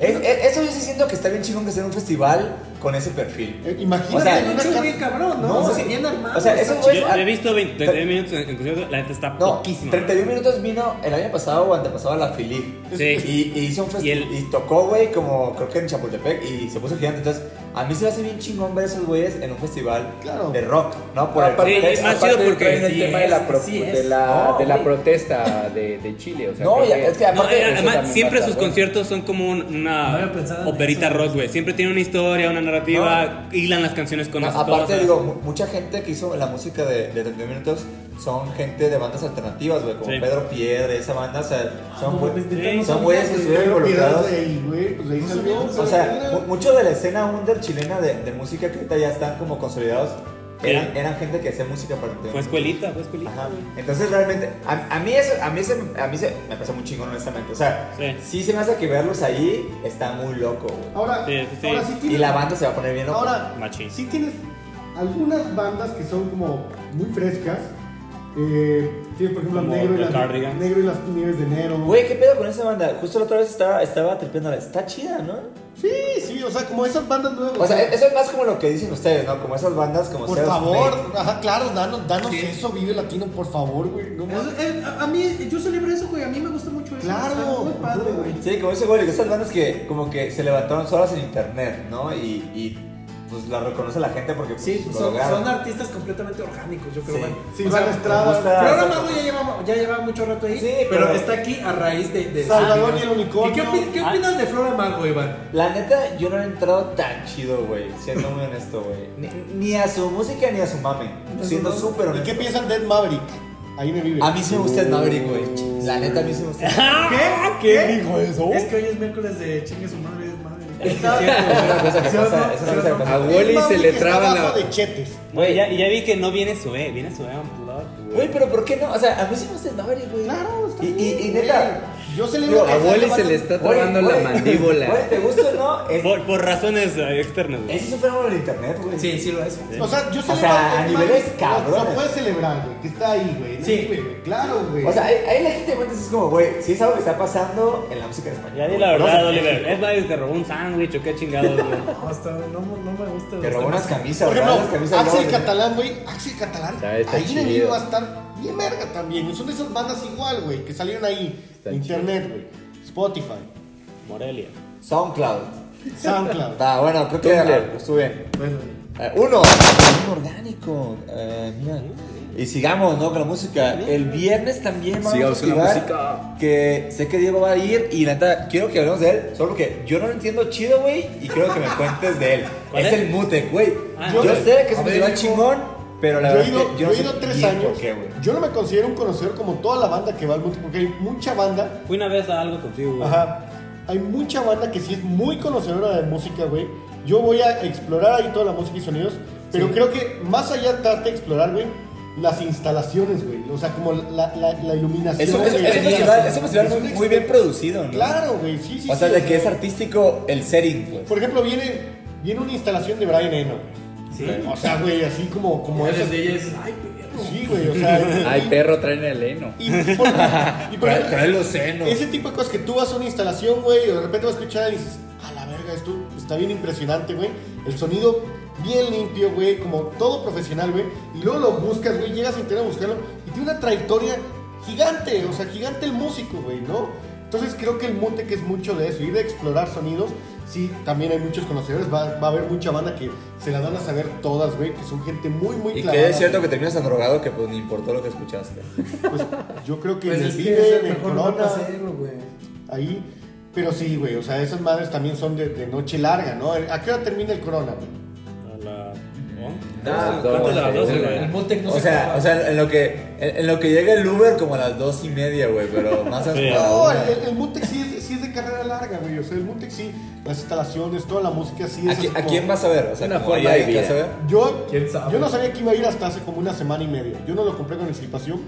Es- es- eso yo sí siento que está bien chingón que sea en un festival con ese perfil. eh, Imagínate. O sea, en Está una hecho ca- bien cabrón, ¿no? No, o sea, sí. bien armado. O sea, está eso chido. güey, Yo, ah, yo he visto 20, 31 minutos en en concierto, la gente está No, poquísima. 31 minutos vino el año pasado o antepasado a la Philip. Sí. Y, y hizo un Y festival. el- Y, tocó, güey, como creo que en Chapultepec. Y se puso gigante. Entonces, a mí se me hace bien chingón ver esos güeyes en un festival Claro. de rock, ¿no? Por el- Sí, es más chido porque traen el sí tema de es, la, pro- sí es. de la, No, de la güey. protesta de, de Chile. O sea, no, creo ya, que- es que No, aparte. eh, eso además, también siempre va a sus estar, güey. conciertos son como un- No una había pensado en operita eso. rock, güey. Siempre tiene una historia, una narrativa, hilan las canciones con No, las aparte, cosas. digo, mu- mucha gente que hizo la música de, de 31 minutos son gente de bandas alternativas, güey, como Sí. Pedro Pierre, de esa banda, o sea, son no güey- mames, neta, no son sabía, güeyes que güey. estuvieron Pero involucrados. pierdas de ahí, güey. Pues de ahí No salió. sabía, no O pero sea, mira, mu- mucho de la escena under chilena de, de música que ahorita ya están como consolidados eran, Sí. Pues eran gente que hacía música para el Fue escuelita, fue escuelita. Ajá. Entonces realmente, a, a mí eso, a mí, ese- a mí se, me parece muy chingón honestamente. O sea, sí. Sí. se me hace que verlos ahí está muy loco. güey. Ahora, Sí, sí, sí. ahora sí Y tienes. la banda se va a poner bien loca. Ahora, Machín. sí tienes algunas bandas que son como muy frescas. Eh, tienes, por ejemplo, Como Negro y, The las, Cardigans. Negro y las Nieves de Enero. Güey, ¿qué pedo con esa banda? Justo la otra vez estaba, estaba tripeándola. Está chida, ¿no? Sí, sí, o sea, como esas bandas nuevas. O sea, eso es más como lo que dicen ustedes, ¿no? Como esas bandas como por Self favor, Made. ajá, claro, danos, danos Sí. eso, Vive Latino, por favor, güey. No Eso- mames. eh, a, a mí, yo celebro eso, güey. A mí me gusta mucho eso. Claro. Está muy padre, güey. Sí, como ese güey, que esas bandas que como que se levantaron solas en internet, ¿no? Y, y pues la reconoce la gente porque pues, Sí, lo son, lograron. son artistas completamente orgánicos, yo creo, Sí. güey. Sí, O Iván sea, Estrada. me gusta- Pero ahora Mago ya lleva, ya lleva mucho rato ahí. Sí, pero, pero- está aquí a raíz de. de Salvador de- y el unicornio. Ah. ¿Y qué, opi- qué opinas de Flora Mago, Iván? La neta, yo no he entrado tan chido, güey, siendo muy honesto, güey. Ni, ni a su música ni a su mame, siendo súper ¿Y honesto. qué piensan de Ed Maverick? Ahí me vive. A mí sí me gusta el Maverick, güey. La neta, a mí sí me gusta. Ah, ¿Qué? dijo eso? Es que hoy es miércoles de chingue su madre, es madre. Es una cosa que Yo pasa, no- es una yo cosa que no- pasa. Ah, A Wally se le traba está la- abajo de Chetes. Güey, ya, y ya vi que no viene Zoe, viene Zoe Unplugged, Güey, güey. pero ¿por qué no? O sea, a mí sí me gusta el Maverick, güey. Claro, está Y, y, y bien, neta, güey. Yo se le Digo, digo que a esa Wally banda- se le está trabando la güey, Güey, mandíbula. ¿te gusta o no? Es, Por, por razones eh, externas, güey. ese es un fenómeno del internet, güey. Sí, sí lo es. O sea, yo O sea, a Ed niveles Maverick, cabrones. Lo puedes celebrar, güey, que está ahí, güey. Sí. Sí, güey, güey, claro, güey. O sea, ahí, ahí la gente cuenta es como, güey, sí es algo que está pasando en la música en español. Ya di güey. la No verdad, sé, Oliver. Es Maverick te robó un sándwich o qué chingados, güey. No, está- no, no me gusta. Te robó unas camisas, Por ¿verdad? Las ejemplo, camisas Axel luego- Catalán, güey. Axel Catalán. Está- está Ahí en el chido. video va a estar bien verga también. Son de esas bandas igual, güey, que salieron ahí. Está Internet, güey. Spotify. Morelia. SoundCloud. SoundCloud. Va, bueno, creo que ah, Tumblr. estuvo bien. Bueno, Eh, uno, un orgánico. Eh, mira. Y sigamos, ¿no? Con la música. El viernes también vamos Sigamos a con la activar música. Que sé que Diego va a ir y la neta, quiero que hablemos de él. Solo porque yo no lo entiendo chido, güey. Y quiero que me cuentes de él. ¿Cuál es es? el Mutec, güey. Ah, yo no. sé que es A un ver, festival hijo. chingón. Pero la yo verdad he es ido, que yo yo no he sé ido tres bien años. por qué, güey. yo no me considero un conocedor como toda la banda que va al multi, porque hay mucha banda. Fui una vez a algo contigo, güey. Ajá. Hay mucha banda que sí es muy conocedora de música, güey. Yo voy a explorar ahí toda la música y sonidos. Pero creo que más allá de tratar de explorar, güey, las instalaciones, güey. O sea, como la, la- la iluminación. Es un- es güey, un es un la festival, iluminación. es un festival Es muy, una muy bien producido, ¿no? Claro, güey, sí, sí. O sea, sí, de que es artístico el setting, pues. Por ejemplo, viene, viene una instalación de Brian Eno, güey. O sea, güey, así como, como como esas. de ella es. Ay, perro. Sí, güey, o sea. Ay, y- perro, traen el heno. Y, y por, y por Trae- ejemplo, trae los senos. Ese tipo de cosas que tú vas a una instalación, güey, y de repente vas a escuchar y dices, a la verga, esto está bien impresionante, güey. El sonido bien limpio, güey, como todo profesional, güey. Y luego lo buscas, güey, llegas a internet a buscarlo y tiene una trayectoria gigante, o sea, gigante el músico, güey, ¿no? Entonces creo que el Mutec es mucho de eso, ir a explorar sonidos. Sí, también hay muchos conocedores, va, va a haber mucha banda que se la dan a saber todas, güey, que son gente muy, muy Y clavada, que es cierto que güey. terminas tan drogado que pues ni importó lo que escuchaste. Pues, yo creo que Pues en el es Vive, que en el mejor Corona, no hacerlo, güey. ahí. Pero sí, güey, o sea, esas madres también son de, de noche larga, ¿no? ¿A qué hora termina el Corona, güey? A la. Ah, ¿Cuántas de las dos, doce, güey. güey? El Mutec no o se sea, acaba. o sea, en lo que en, en lo que llega el Uber como a las dos y media, güey, pero más hasta Sí. la No, una. el, el Mutex sí es, sí es de carrera larga, güey. O sea, el Mutex sí, las instalaciones, toda la música sí ¿A, es. qui- así a como- quién vas a ver? O sea, Una como forma a de Laika, vida. ¿sabes? Yo, ¿Quién sabe? yo no sabía que iba a ir hasta hace como una semana y media. Yo no lo compré con anticipación,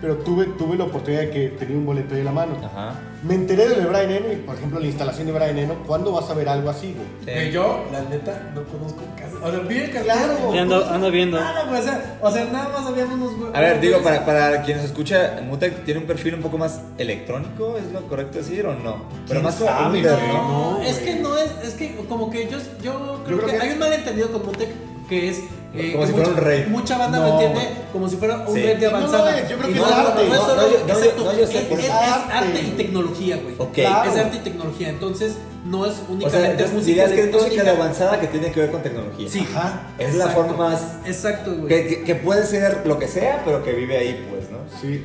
pero tuve, tuve la oportunidad de que tenía un boleto ahí en la mano. Ajá. Me enteré de lo de Brian Eno y, por ejemplo, la instalación de Brian Eno. ¿Cuándo vas a ver algo así, güey? Güey, yo, la neta, no conozco casi. O sea, bien que Claro. Sí, ando, ando viendo. Nada, güey. O sea, o sea, nada más habían unos güey. A ver, digo, para, para quien nos escucha, Mutec tiene un perfil un poco más electrónico, ¿es lo correcto decir o no? Pero más como sabe, under, güey? ¿no? No, No, es güey. que no es, es que como que yo, yo creo creo que, que- hay un malentendido con Mutec que es... eh, Como que si fuera mucha- un rave. Mucha banda lo No, entiende como si fuera un Sí. Y rave de no lo avanzada. es, yo creo Y que no es arte. No, es No, solo- no, yo- no, yo- exacto, no, yo sé, es- pero es- es es arte. arte y tecnología, güey. Ok. Claro. Es arte y tecnología, entonces no es O sea, únicamente entonces música dirías que es música de electrónica. avanzada que tiene que ver con tecnología. Sí. Ajá. Es la Exacto. forma más... Exacto, güey. Que, que- que puede ser lo que sea, pero que vive ahí, pues, ¿no? Sí.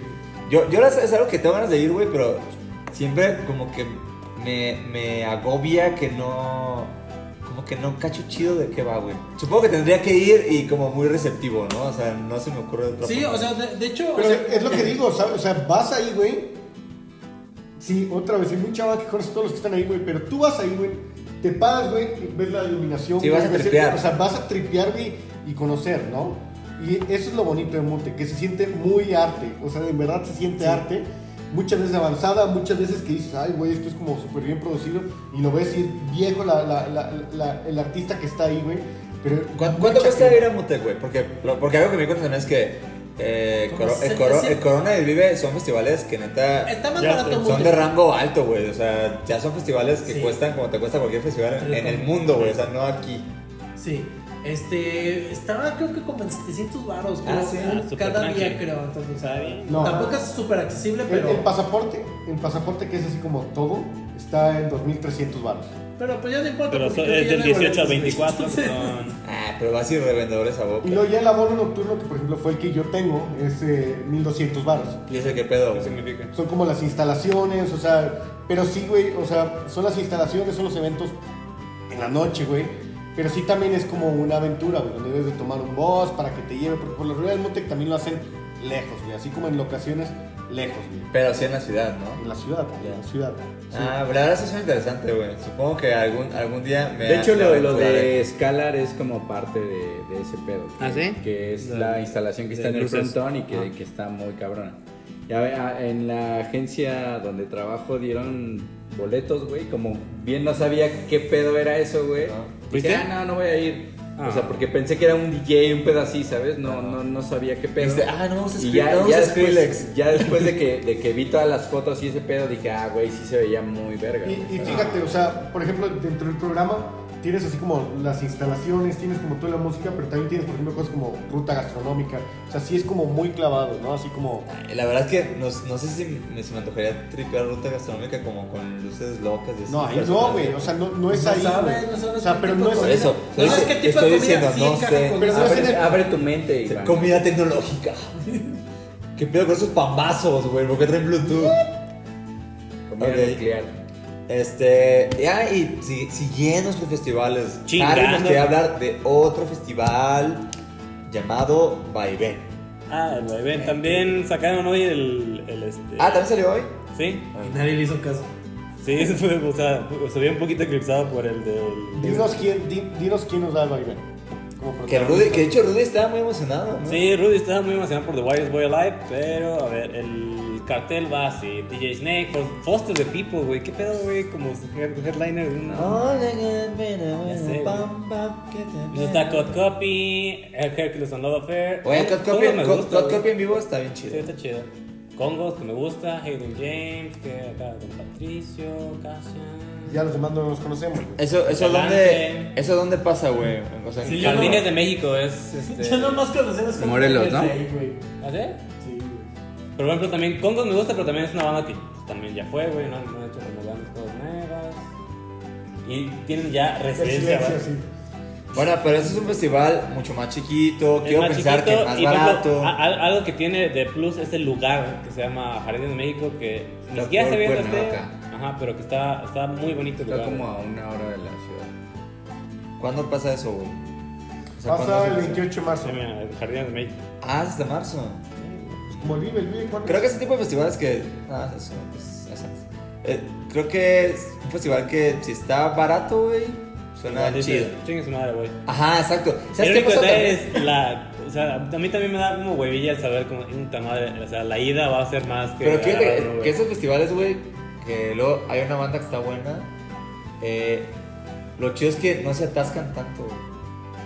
Yo, yo las- es algo que tengo ganas de ir, güey, pero siempre como que me, me agobia que no. Como que no cacho chido de qué va, güey. Supongo que tendría que ir y como muy receptivo, ¿no? O sea, no se me ocurre otra Sí, forma. o sea, de, de hecho... o Pero sea, es lo que digo, ¿sabes? O sea, vas ahí, güey. Sí, otra vez, hay un chaval que conoce a todos los que están ahí, güey. Pero tú vas ahí, güey. Te pagas, güey. Ves la iluminación. Sí, güey, vas a ves el- tripear. O sea, vas a tripear, güey, y conocer, ¿no? Y eso es lo bonito de Monte, que se siente muy arte. O sea, en verdad se siente arte. Muchas veces avanzada, muchas veces que dices, ay, güey, esto es como súper bien producido. Y lo ves y es viejo la- la- la- la- el artista que está ahí, güey. Pero ¿Cuánto, cuánto mucha cuesta gente- ir a Mutec, güey? Porque, lo- porque algo que me di cuenta también es que eh, Como Coro- el, se- Coro- se- el Corona y el Vive son festivales que neta Está más Ya, barato son Mutec. de rango alto, güey. O sea, ya son festivales que Sí. cuestan como te cuesta cualquier festival en, en el mundo, güey. O sea, no aquí. Sí. Este, estaba creo que como en 700 baros, Ah, creo, sí. cada- Ah, súper cada día tranqui. creo, entonces, o sea, No. tampoco es súper accesible, El, pero, el pasaporte, el pasaporte que es así como todo, está en 2.300 baros. pero pues ya no importa. Pero porque so- creo que es ya del no hay 18 al boletos, güey. 24. Entonces, Son... Ah, pero vas a ir revendedores a boca. Y luego ya el abono nocturno, que por ejemplo fue el que yo tengo, es eh, 1.200 baros. ¿Y ese qué pedo? ¿Qué güey? significa? Son como las instalaciones, o sea, pero sí, güey, o sea, son las instalaciones, son los eventos en la noche, güey. Pero sí también es como una aventura, güey, donde debes de tomar un bus para que te lleve, porque por lo general el Mutec también lo hacen lejos, güey, así como en locaciones lejos, güey. Pero sí en la ciudad, ¿no? En la ciudad, en la ciudad. sí. Ah, pero ahora sí suena interesante, güey. Supongo que algún, algún día me. De hecho, me lo, lo aventuraré. de Scalar es como parte de, de ese pedo. que- ¿Ah, sí? Que es De- la instalación que de está en el luces. frontón y que, que está muy cabrona. Ya ve, ah, en la agencia donde trabajo dieron boletos, güey. Como bien no sabía qué pedo era eso, güey. Ah. Dije, ¿Fuiste? "Ah, no, no voy a ir. O sea, Ah. porque pensé que era un DJ, un pedo así, ¿sabes? No, no, no sabía qué pedo. Dijiste, ah, no vamos a Y Skrillex. ya, no vamos ya a Skrillex. después, ya después de, que, de que vi todas las fotos y ese pedo, dije, ah, güey, sí se veía muy verga. Y, güey". y fíjate, o sea, por ejemplo, dentro del programa tienes así como las instalaciones, tienes como toda la música, pero también tienes, por ejemplo, cosas como ruta gastronómica. O sea, sí es como muy clavado, ¿no? Así como... Ay, La verdad es que no, no sé si me, se me antojaría tripear ruta gastronómica como con luces locas. y así, No, ahí pero- no, güey. O sea, no, no es No ahí. sabes, güey. no sabes o sea, qué pero tipo no de es Por ahí. eso, No, es que estoy- tipo de estoy comida diciendo, sí no encaja sé. con- Pero no es en Abre, el- abre tu mente, Iván. Comida tecnológica. ¿Qué pedo con esos pambazos, güey? ¿Por qué traen Bluetooth? Comida Ok. nuclear. Este, ya, y si- siguiendo los festivales, Chingando. Harry nos quería hablar de otro festival llamado Vaivén. Ah, el vaivén. También sacaron hoy el, el este. Ah, ¿también salió hoy? Sí, Y nadie le hizo caso. sí, fue, o sea, se veía un poquito eclipsado por el del. Dinos quién, di- dinos quién nos da el vaivén. Como Que, protagonista. Rudy, que de hecho Rudy estaba muy emocionado, ¿no? Sí, Rudy estaba muy emocionado por The Wildest Boy Alive, pero a ver, el cartel va así: DJ Snake, Fo- Foster the People, güey. ¿Qué pedo, güey? Como su head- headliner de una. Hola, que pena, Ya bueno, sé, güey. Oh, pam, pam, que te- No está Cod Copy, Her- Hercules and Love Affair. Oye, Todo- Cut todo Copy, me Cut- gusta, Cut güey. Copy en vivo está bien Sí, chido. está chido. Congos, que me gusta, Hayden James, que acá Don Patricio, Cassian. Ya los demás no los conocemos, güey. Eso, eso, dónde, Adelante. eso dónde pasa, güey. O sea, Sí, ¿en Jardines yo Jardines de México es este. Yo nomás conocí a los Morelos, cantantes de ¿no? ahí, güey. ¿Ah, sí? Sí, güey. Por ejemplo, también Congos me gusta, pero también es una banda que también ya fue, güey, no, no han hecho como bandas todas nuevas. Y tienen ya Residencia, residencia, ¿verdad? sí. Bueno, pero ese es un festival mucho más chiquito. Es Quiero más pensar chiquito que más y, Ah, por ejemplo, barato. a- a- algo que tiene de plus es el lugar que se llama Jardines de México, que ni Está siquiera por se ve dónde esté. Cuernavaca. Ajá, pero que está, está muy bonito el Está lugar. como a una hora de la ciudad. ah. ¿Cuándo pasa eso, güey? O sea, ¿cuándo Pasa el es eso? 28 de marzo. Sí, mira, Jardines de México. Ah, es hasta marzo. Pues como el vive, el vive, ¿cuándo? Creo que ese tipo de festivales que. Ah, eso, pues, o sea, eh, creo que es un festival que si está barato, güey, suena Dices, chido. Chingue su madre, güey. Ajá, exacto. El ¿Sabes qué único pasó detalle también? es la. O sea, a mí también me da como huevilla el saber como. Puta madre. O sea, la ida va a ser más que. Pero agarrar fíjate uno, güey. que esos festivales, güey, que luego hay una banda que está buena. eh, lo chido es que no se atascan tanto, güey.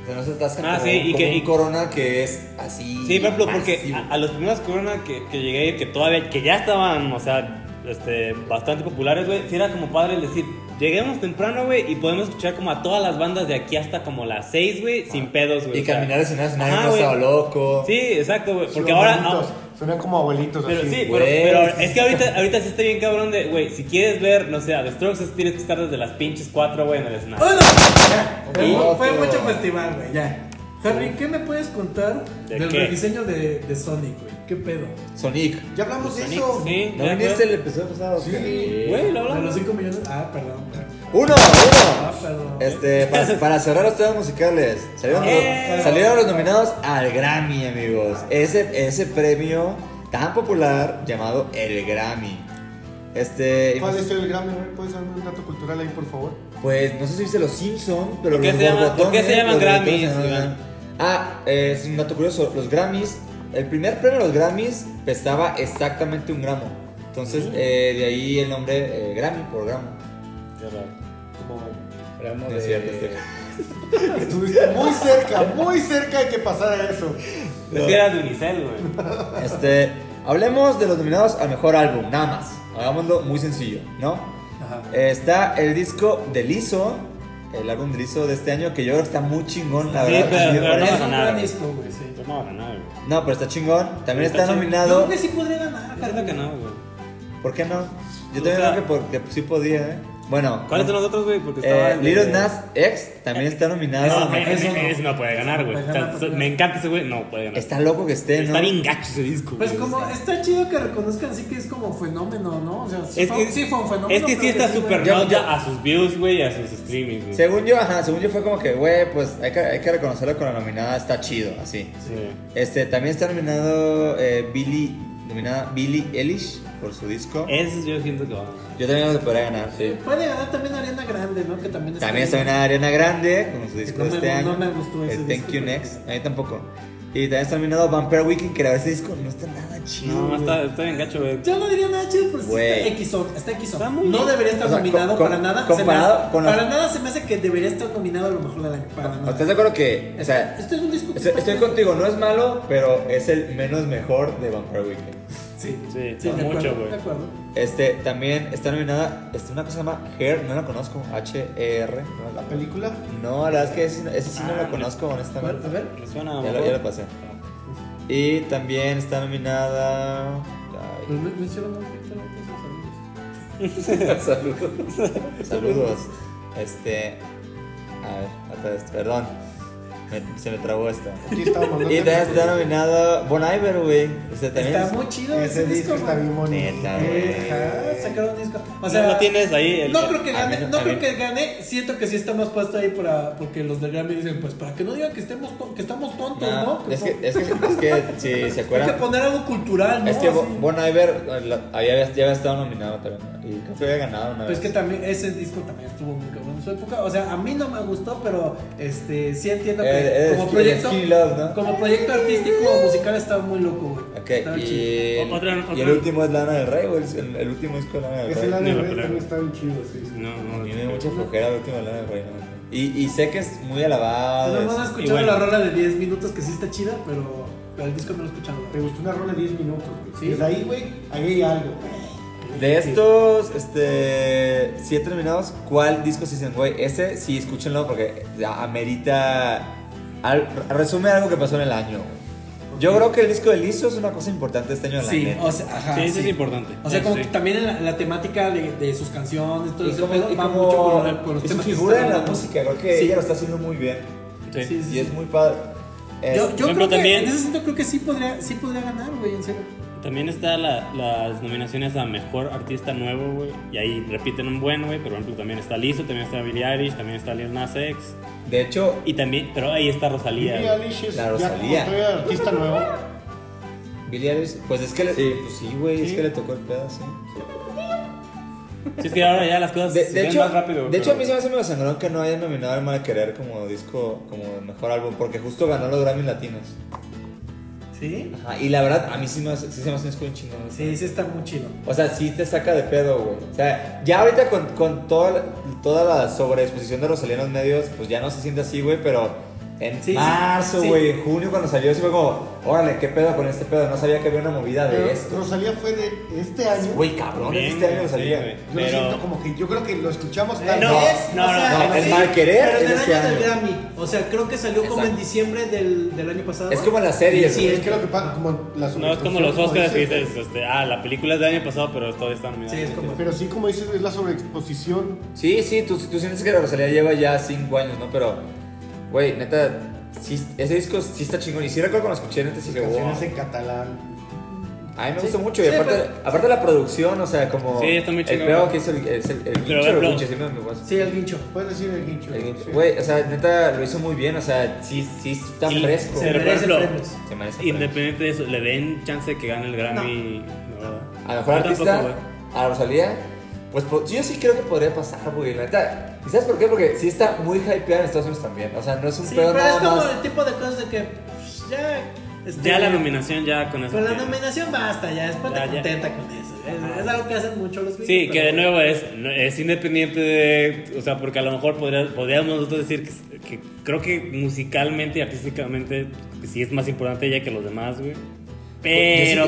O sea, no se atascan Ah, como, sí, y como que- un y- corona que es así. Sí, por ejemplo, porque masivo. a, a los primeros Corona que, que llegué y que todavía, que ya estaban, o sea, este, bastante populares, güey, sí era como padre el decir, lleguemos temprano, güey, y podemos escuchar como a todas las bandas de aquí hasta como las 6, güey, sin pedos, güey. Ah, Y o sea. caminar de escenario, escenario Ajá, no güey. estaba loco. Sí, exacto, güey, porque Son ahora... abuelitos, Suenan como abuelitos Pero así. sí, güey. pero, pero es que ahorita, ahorita sí está bien cabrón de, güey, si quieres ver, no sé, a The Strokes tienes que estar desde las pinches 4, güey, en el escenario. Bueno, ya. Fue, Y- mu- fue mucho festival, güey, ya. Harry, ¿qué me puedes contar ¿De del qué? rediseño de, de Sonic, güey? ¿Qué pedo? Sonic. Ya hablamos de Sonic, eso. sí, ¿No ya, viniste güey. el episodio pasado? Sí. Güey, lo De los hablamos. 5 millones. Ah, perdón. Uno, uno. Ah, perdón. Este, para, para cerrar los temas musicales, salieron, los- ¡Eh! salieron los nominados al Grammy, amigos. Ese, ese premio tan popular llamado el Grammy. Este, ¿Cuál es el Grammy, güey? ¿Puedes darme un dato cultural ahí, por favor? pues no sé si viste los Simpsons, pero ¿Por qué los se llama- por borbotones- qué se llaman los borbotones Grammys, se llaman- Iván? Ah, eh, es un dato curioso, los Grammys, el primer premio de los Grammys pesaba exactamente un gramo. Entonces, eh, de ahí el nombre eh, Grammy por gramo. Qué raro. Como... Gramo No es cierto, es cierto. Estuviste muy cerca, muy cerca de que pasara eso. Es que era de Unicel, güey. Este, hablemos de los nominados al mejor álbum, nada más. Hagámoslo muy sencillo, ¿no? Ajá. Eh, Está el disco de Lizzo, el álbum de Lizzo de este año, que yo creo que está muy chingón, la Sí, verdad. pero- sí, me pero no Es parece. un nada, gran güey. disco, güey, sí. Yo no ganar, güey. No, pero está chingón. También Está está chingón. pues, Yo nominado. creo que sí podría ganar, Yo creo que no, güey. ¿Por qué no? Yo O también sea- creo que porque sí podía, ¿eh? Bueno, ¿Cuáles son los otros, güey? Porque estaba. eh, el de- Little Nas X también está nominado. No, me- me- eso no. me- eso no puede ganar, güey. Puede O sea, ganar, so- puede me ganar. encanta ese güey. No puede ganar. Está loco que esté, ¿no? Está bien gacho ese disco. Pues güey. como está chido que reconozcan sí que es como fenómeno, ¿no? O sea, sí, Es fue- que- sí fue un fenómeno. Es que pero sí está súper güey. nota a sus views, güey, y a sus streamings, güey. Según yo, ajá, según yo fue como que, güey, pues hay que, hay que reconocerlo con la nominada, está chido, así. Sí. Este, también está nominado eh, Billy, nominada Billie Eilish por su disco. Eh. Eso yo siento que va a ganar. Yo también creo que podría ganar. Sí. Puede ganar también Ariana Grande, ¿no? Que también También está bien. nominada Ariana Grande con su disco No de me- este año. no me gustó ese el disco. Thank You Next. A mí tampoco. Y también está nominado Vampire Weekend, que la verdad ese disco no está nada chido. No, güey. está, está bien gacho, güey. Yo no diría nada chido, pero sí Güey. está XO, está XO. Está muy no bien. debería estar O sea, nominado co- para co- nada. comparado se me hace- con las- Para nada se me hace que debería estar nominado a lo mejor de la- para nada. ¿Estás de acuerdo que, o sea, Esto es un disco que estoy, está- estoy contigo, no es malo, pero es el menos mejor de Vampire Weekend. Sí, Sí, de mucho, acuerdo, güey. De acuerdo. Este, también está nominada, este, una cosa que se llama Hair, no la conozco, H-E-R. no la- La película. No, la verdad es que ese, ese sí no Ah, la me- conozco, A ver, honestamente. a ver. Me suena Ya a lo, ya lo pasé. Y también está nominada. ay, Pues me, me hicieron un poquito de esos amigos. saludos. Este. A ver, otra vez, perdón. Me- se me trabó esto. Aquí estábamos. ¿no? Y también está nominada Bon Iver, güey. O sea, también. Está muy chido Ese disco está güey. bien bonito. Neta, güey. Ajá, sacaron un disco. O O sea, sea, no tienes ahí el. No creo que a gane, mí- no a creo mí- que gane. Siento que sí está más puesto ahí para, porque los del Grammy dicen, pues para que no digan que estemos ton- que estamos tontos, Nah, ¿no? es, que, es, que, es que, si se hay que acuerdan. poner algo cultural, ¿no? Es que Así. Bo- Bon Iver eh, la- había, ya había estado nominado también. Y creo que había ganado una vez. Pues que también ese disco también estuvo muy cabrón en su época. O sea, a mí no me gustó, pero este sí entiendo que El- el como Skin- el proyecto Eh, Skinny Love, ¿no? como proyecto artístico o musical estaba muy loco, güey. Ok, Estaba chido. y, O- y otra- el otra- último es Lana del Rey, güey. El, el último disco de Lana del Ese Rey. lado Ni de la Red pelea. también está bien chido, sí. No, No, no, tiene mucha flojera el último Lana del Rey. no, no. Y, y sé que es muy alabado. Nada es- más he y escuchado bueno. la rola de 10 minutos que sí está chida, pero, pero el disco no lo he escuchado. Te gustó una rola de 10 minutos, güey. Sí. Desde ahí, güey, ahí hay algo. De estos, este, siete nominados, ¿cuál disco se dicen, güey? Este sí, escúchenlo porque ya amerita, al- resume algo que pasó en el año. güey. Yo creo que el disco de Listo es una cosa importante este año. la Sí, neta. o sea, ajá, Sí, eso es importante. O sea, Sí, como sí. que también en la, la temática de, de sus canciones, todo y ese como, pedo, y va como- mucho con, lo- con los y su temas que figura están en la hablando. música, creo que Sí. ella lo está haciendo muy bien. Sí. Sí, sí, Y es sí. muy padre. Es- Yo, yo Por creo ejemplo, que también- en ese sentido creo que sí podría, sí podría ganar, güey, en serio. También está la- las nominaciones a Mejor Artista Nuevo, güey. Y ahí repiten un buen, güey. Por ejemplo, también está Lizzo, también está Billie Eilish, también está Lil Nas X. De hecho, Y también, pero ahí está Rosalía. Billie güey. Eilish es La ya como Rosalía. todavía artista nuevo. Billie Eilish, pues es que le, Sí. pues sí, güey, es Sí. que le tocó el pedo, sí. Sí, es que ahora ya las cosas De, se de ven hecho, más rápido. de pero- hecho, a mí se me hace medio sangrón que no hayan nominado el Mal Querer como disco, como mejor álbum, porque justo ganó los Grammy Latinos. ¿Sí? Ajá, y la verdad, a mí sí, me hace- sí se me hace un disco bien chingón. Sí, sí está muy chido. O sea, sí te saca de pedo, güey. O sea, ya ahorita con, con toda, la- toda la sobreexposición de Rosalía en los medios, pues ya no se siente así, güey, pero en Sí, sí, marzo, sí. güey, junio cuando salió, sí fue como, órale, qué pedo con este pedo, no sabía que había una movida de Pero esto. Rosalía fue de este año. Güey, cabrón, Bien, este año güey, Rosalía. sí, güey. Yo lo Pero- siento como que yo creo que lo escuchamos Eh, tal no, vez. no, no, el mal querer Pero es en el este año del año. Grammy. O sea, creo que salió como en diciembre del, del año pasado. Es como en las series, Sí, Sí, güey. es que lo que pasa como la No es como los Oscars que dices, dices, este, ah, la película es del año pasado, pero todavía está nominada. Sí, es como- Pero sí, como dices, es la sobreexposición. Sí, sí, tú, tú sientes que la Rosalía lleva ya 5 años, ¿no? Pero, güey, neta, sí, ese disco sí está chingón. Y sí recuerdo cuando escuché, neta, sí que, wow. Canciones en catalán. A mí me gusta Sí, mucho. Y sí, aparte, pero- aparte la producción, o sea, como... Sí, está muy chingón, El pedo güey. que es el, es el, el Pero, guincho, pero- el guincho, siempre me gusta. Sí, el guincho. Puedes decir el guincho. El guincho. sí. Güey, o sea, neta, lo hizo muy bien. O sea, sí, sí está Y- fresco. Pero, Se por merece ejemplo, premios. Se merece premio. Independiente de eso, ¿le den chance de que gane el Grammy? No. A mejor Yo tampoco, artista, güey. a Rosalía, pues po- yo sí creo que podría pasar, güey, la neta. ¿Y sabes por qué? Porque sí está muy hypeada en Estados Unidos también. O sea, no es un Sí, pedo pero, es nada como más. el tipo de cosas de que pues, ya. este, Ya la nominación, ya con eso. Con la tiene. nominación basta, ya. Es Ya, para ya. contenta con eso. Es, es algo que hacen mucho los gringos. Sí, que pero de bueno. nuevo es, no- es independiente de. O sea, porque a lo mejor podría- podríamos nosotros decir que, que creo que musicalmente y artísticamente que sí es más importante ella que los demás, güey. Pero.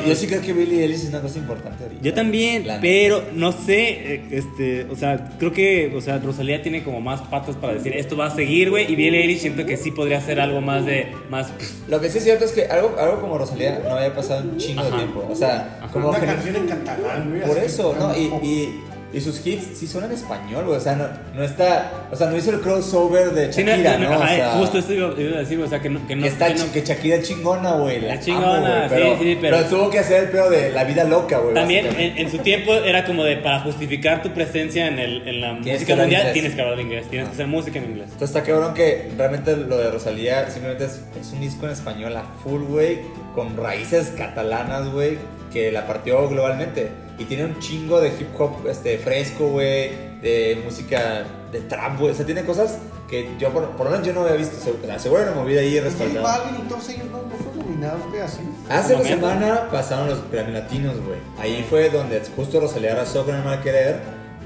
yo, pues, sí, yo sí creo que Billie Eilish es una cosa importante ahorita. Yo también, La neta. pero no sé, eh, este, o sea, creo que, o sea, Rosalía tiene como más patas para decir esto va a seguir, güey, y Billie Eilish siento que sí podría hacer algo más de, más, pues, Lo que sí es cierto es que algo, algo como Rosalía no había pasado un chingo de Ajá. tiempo. O sea, como Una que- canción en catalán, güey. Por así eso, que- ¿no? Y, y, y sus hits sí son en español, güey. O sea, no, no está. O sea, no hizo el crossover de Sí, no, Shakira, no, ¿no? no, O ajá, sea, justo eso iba, iba a decir, o sea, que no, que no, que, está, que no- chi- que Shakira es chingona, güey. La Es chingona, amo, güey, sí, pero, sí, pero- tuvo que hacer el pedo de la vida loca, güey. también básicamente. en, en su tiempo era como de para justificar tu presencia en, el, en la Tienes que música hablar mundial, inglés. tienes que hablar inglés, tienes Ah. que hacer música en inglés. Entonces está cabrón que realmente lo de Rosalía simplemente es, es un disco en español a full, güey, con raíces catalanas, güey, que la partió globalmente. Y tiene un chingo de hip hop este, fresco, güey, de música de trap, güey. O sea, tiene cosas que yo, por, por lo menos yo no había visto. Se- La seguro me moví de ahí Pues J respaldado. Balvin y todos ellos no, no fueron nominados, güey, así. Hace una Momento. semana pasaron los Grammy Latinos, güey. Ahí fue donde justo Rosalía arrasó con el mal querer.